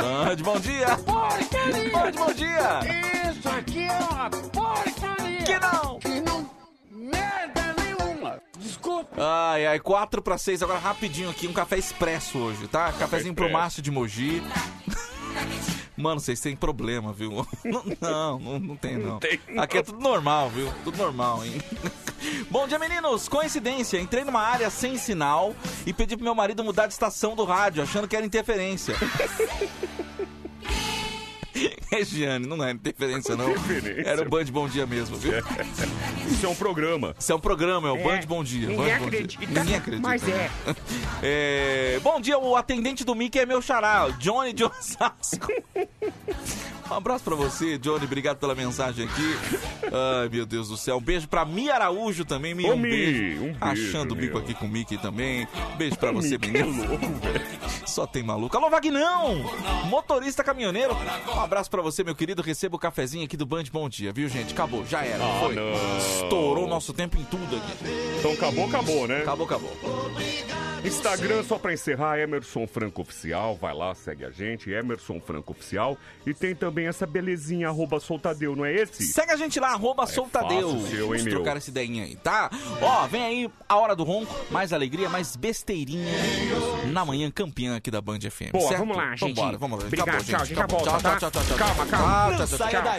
B: Band, bom dia.
D: Porcaria.
B: Band, bom dia.
D: Isso aqui é uma porcaria.
B: Que não.
D: Que não. Merda nenhuma. Desculpa.
B: Ai, ai, 4 pra 6, agora rapidinho aqui, um café expresso hoje, tá? Cafézinho pro
D: expresso.
B: Márcio de Mogi. Mano, vocês têm problema, viu? Não, não, não tem não.
D: tem, não.
B: Aqui é tudo normal, viu? Tudo normal, hein? Bom dia, meninos! Coincidência, entrei numa área sem sinal e pedi pro meu marido mudar de estação do rádio, achando que era interferência. Regiane, É, não era interferência, não.
E: Interferência.
B: Era o Band Bom Dia mesmo, viu?
E: Isso é um programa.
B: Isso é um programa, é o Band Bom Dia.
E: ninguém
B: Band Bom Dia.
E: acredita,
B: Ninguém acredita.
E: mas é.
B: É, Bom dia, o atendente do Mickey é meu xará, o Johnny de Osasco. Um abraço pra você, Johnny. Obrigado pela mensagem aqui. Ai, meu Deus do céu. Um beijo pra Mia Araújo também. Mia,
E: Ô,
B: um,
E: Mi,
B: beijo.
E: um beijo,
B: Achando o bico
E: meu.
B: aqui com o Mickey também. Beijo pra você,
E: Mickey
B: menino.
E: é louco,
B: Só tem maluco. Alô, Vagnão! Motorista caminhoneiro. Um abraço pra você, meu querido. Receba o cafezinho aqui do Band Bom Dia, viu, gente? Acabou, já era.
E: Ah,
B: foi.
E: não.
B: Estourou nosso tempo em tudo aqui.
E: Então acabou, acabou, né?
B: Acabou, acabou.
E: Instagram, só pra encerrar, Emerson Franco Oficial. Vai lá, segue a gente, Emerson Franco Oficial. E tem também essa belezinha, arroba soltadeu, não é esse?
B: Segue a gente lá, arroba soltadeu.
E: É fácil seu, hein,
B: Vamos
E: meu?
B: trocar essa ideinha aí, tá? Ó, vem aí a hora do ronco, mais alegria, mais besteirinha na manhã campeã aqui da Band FM.
E: Boa,
B: certo?
E: vamos lá, gente.
B: Vambora, vamos lá.
E: Obrigado,
B: Acabou,
E: tchau, a gente já
B: acabou.
E: volta, tá?
B: tchau, tchau, tchau,
E: Calma,
B: tchau.
E: calma.
B: Não
E: Tchau,
B: saia
E: tchau.
B: daí.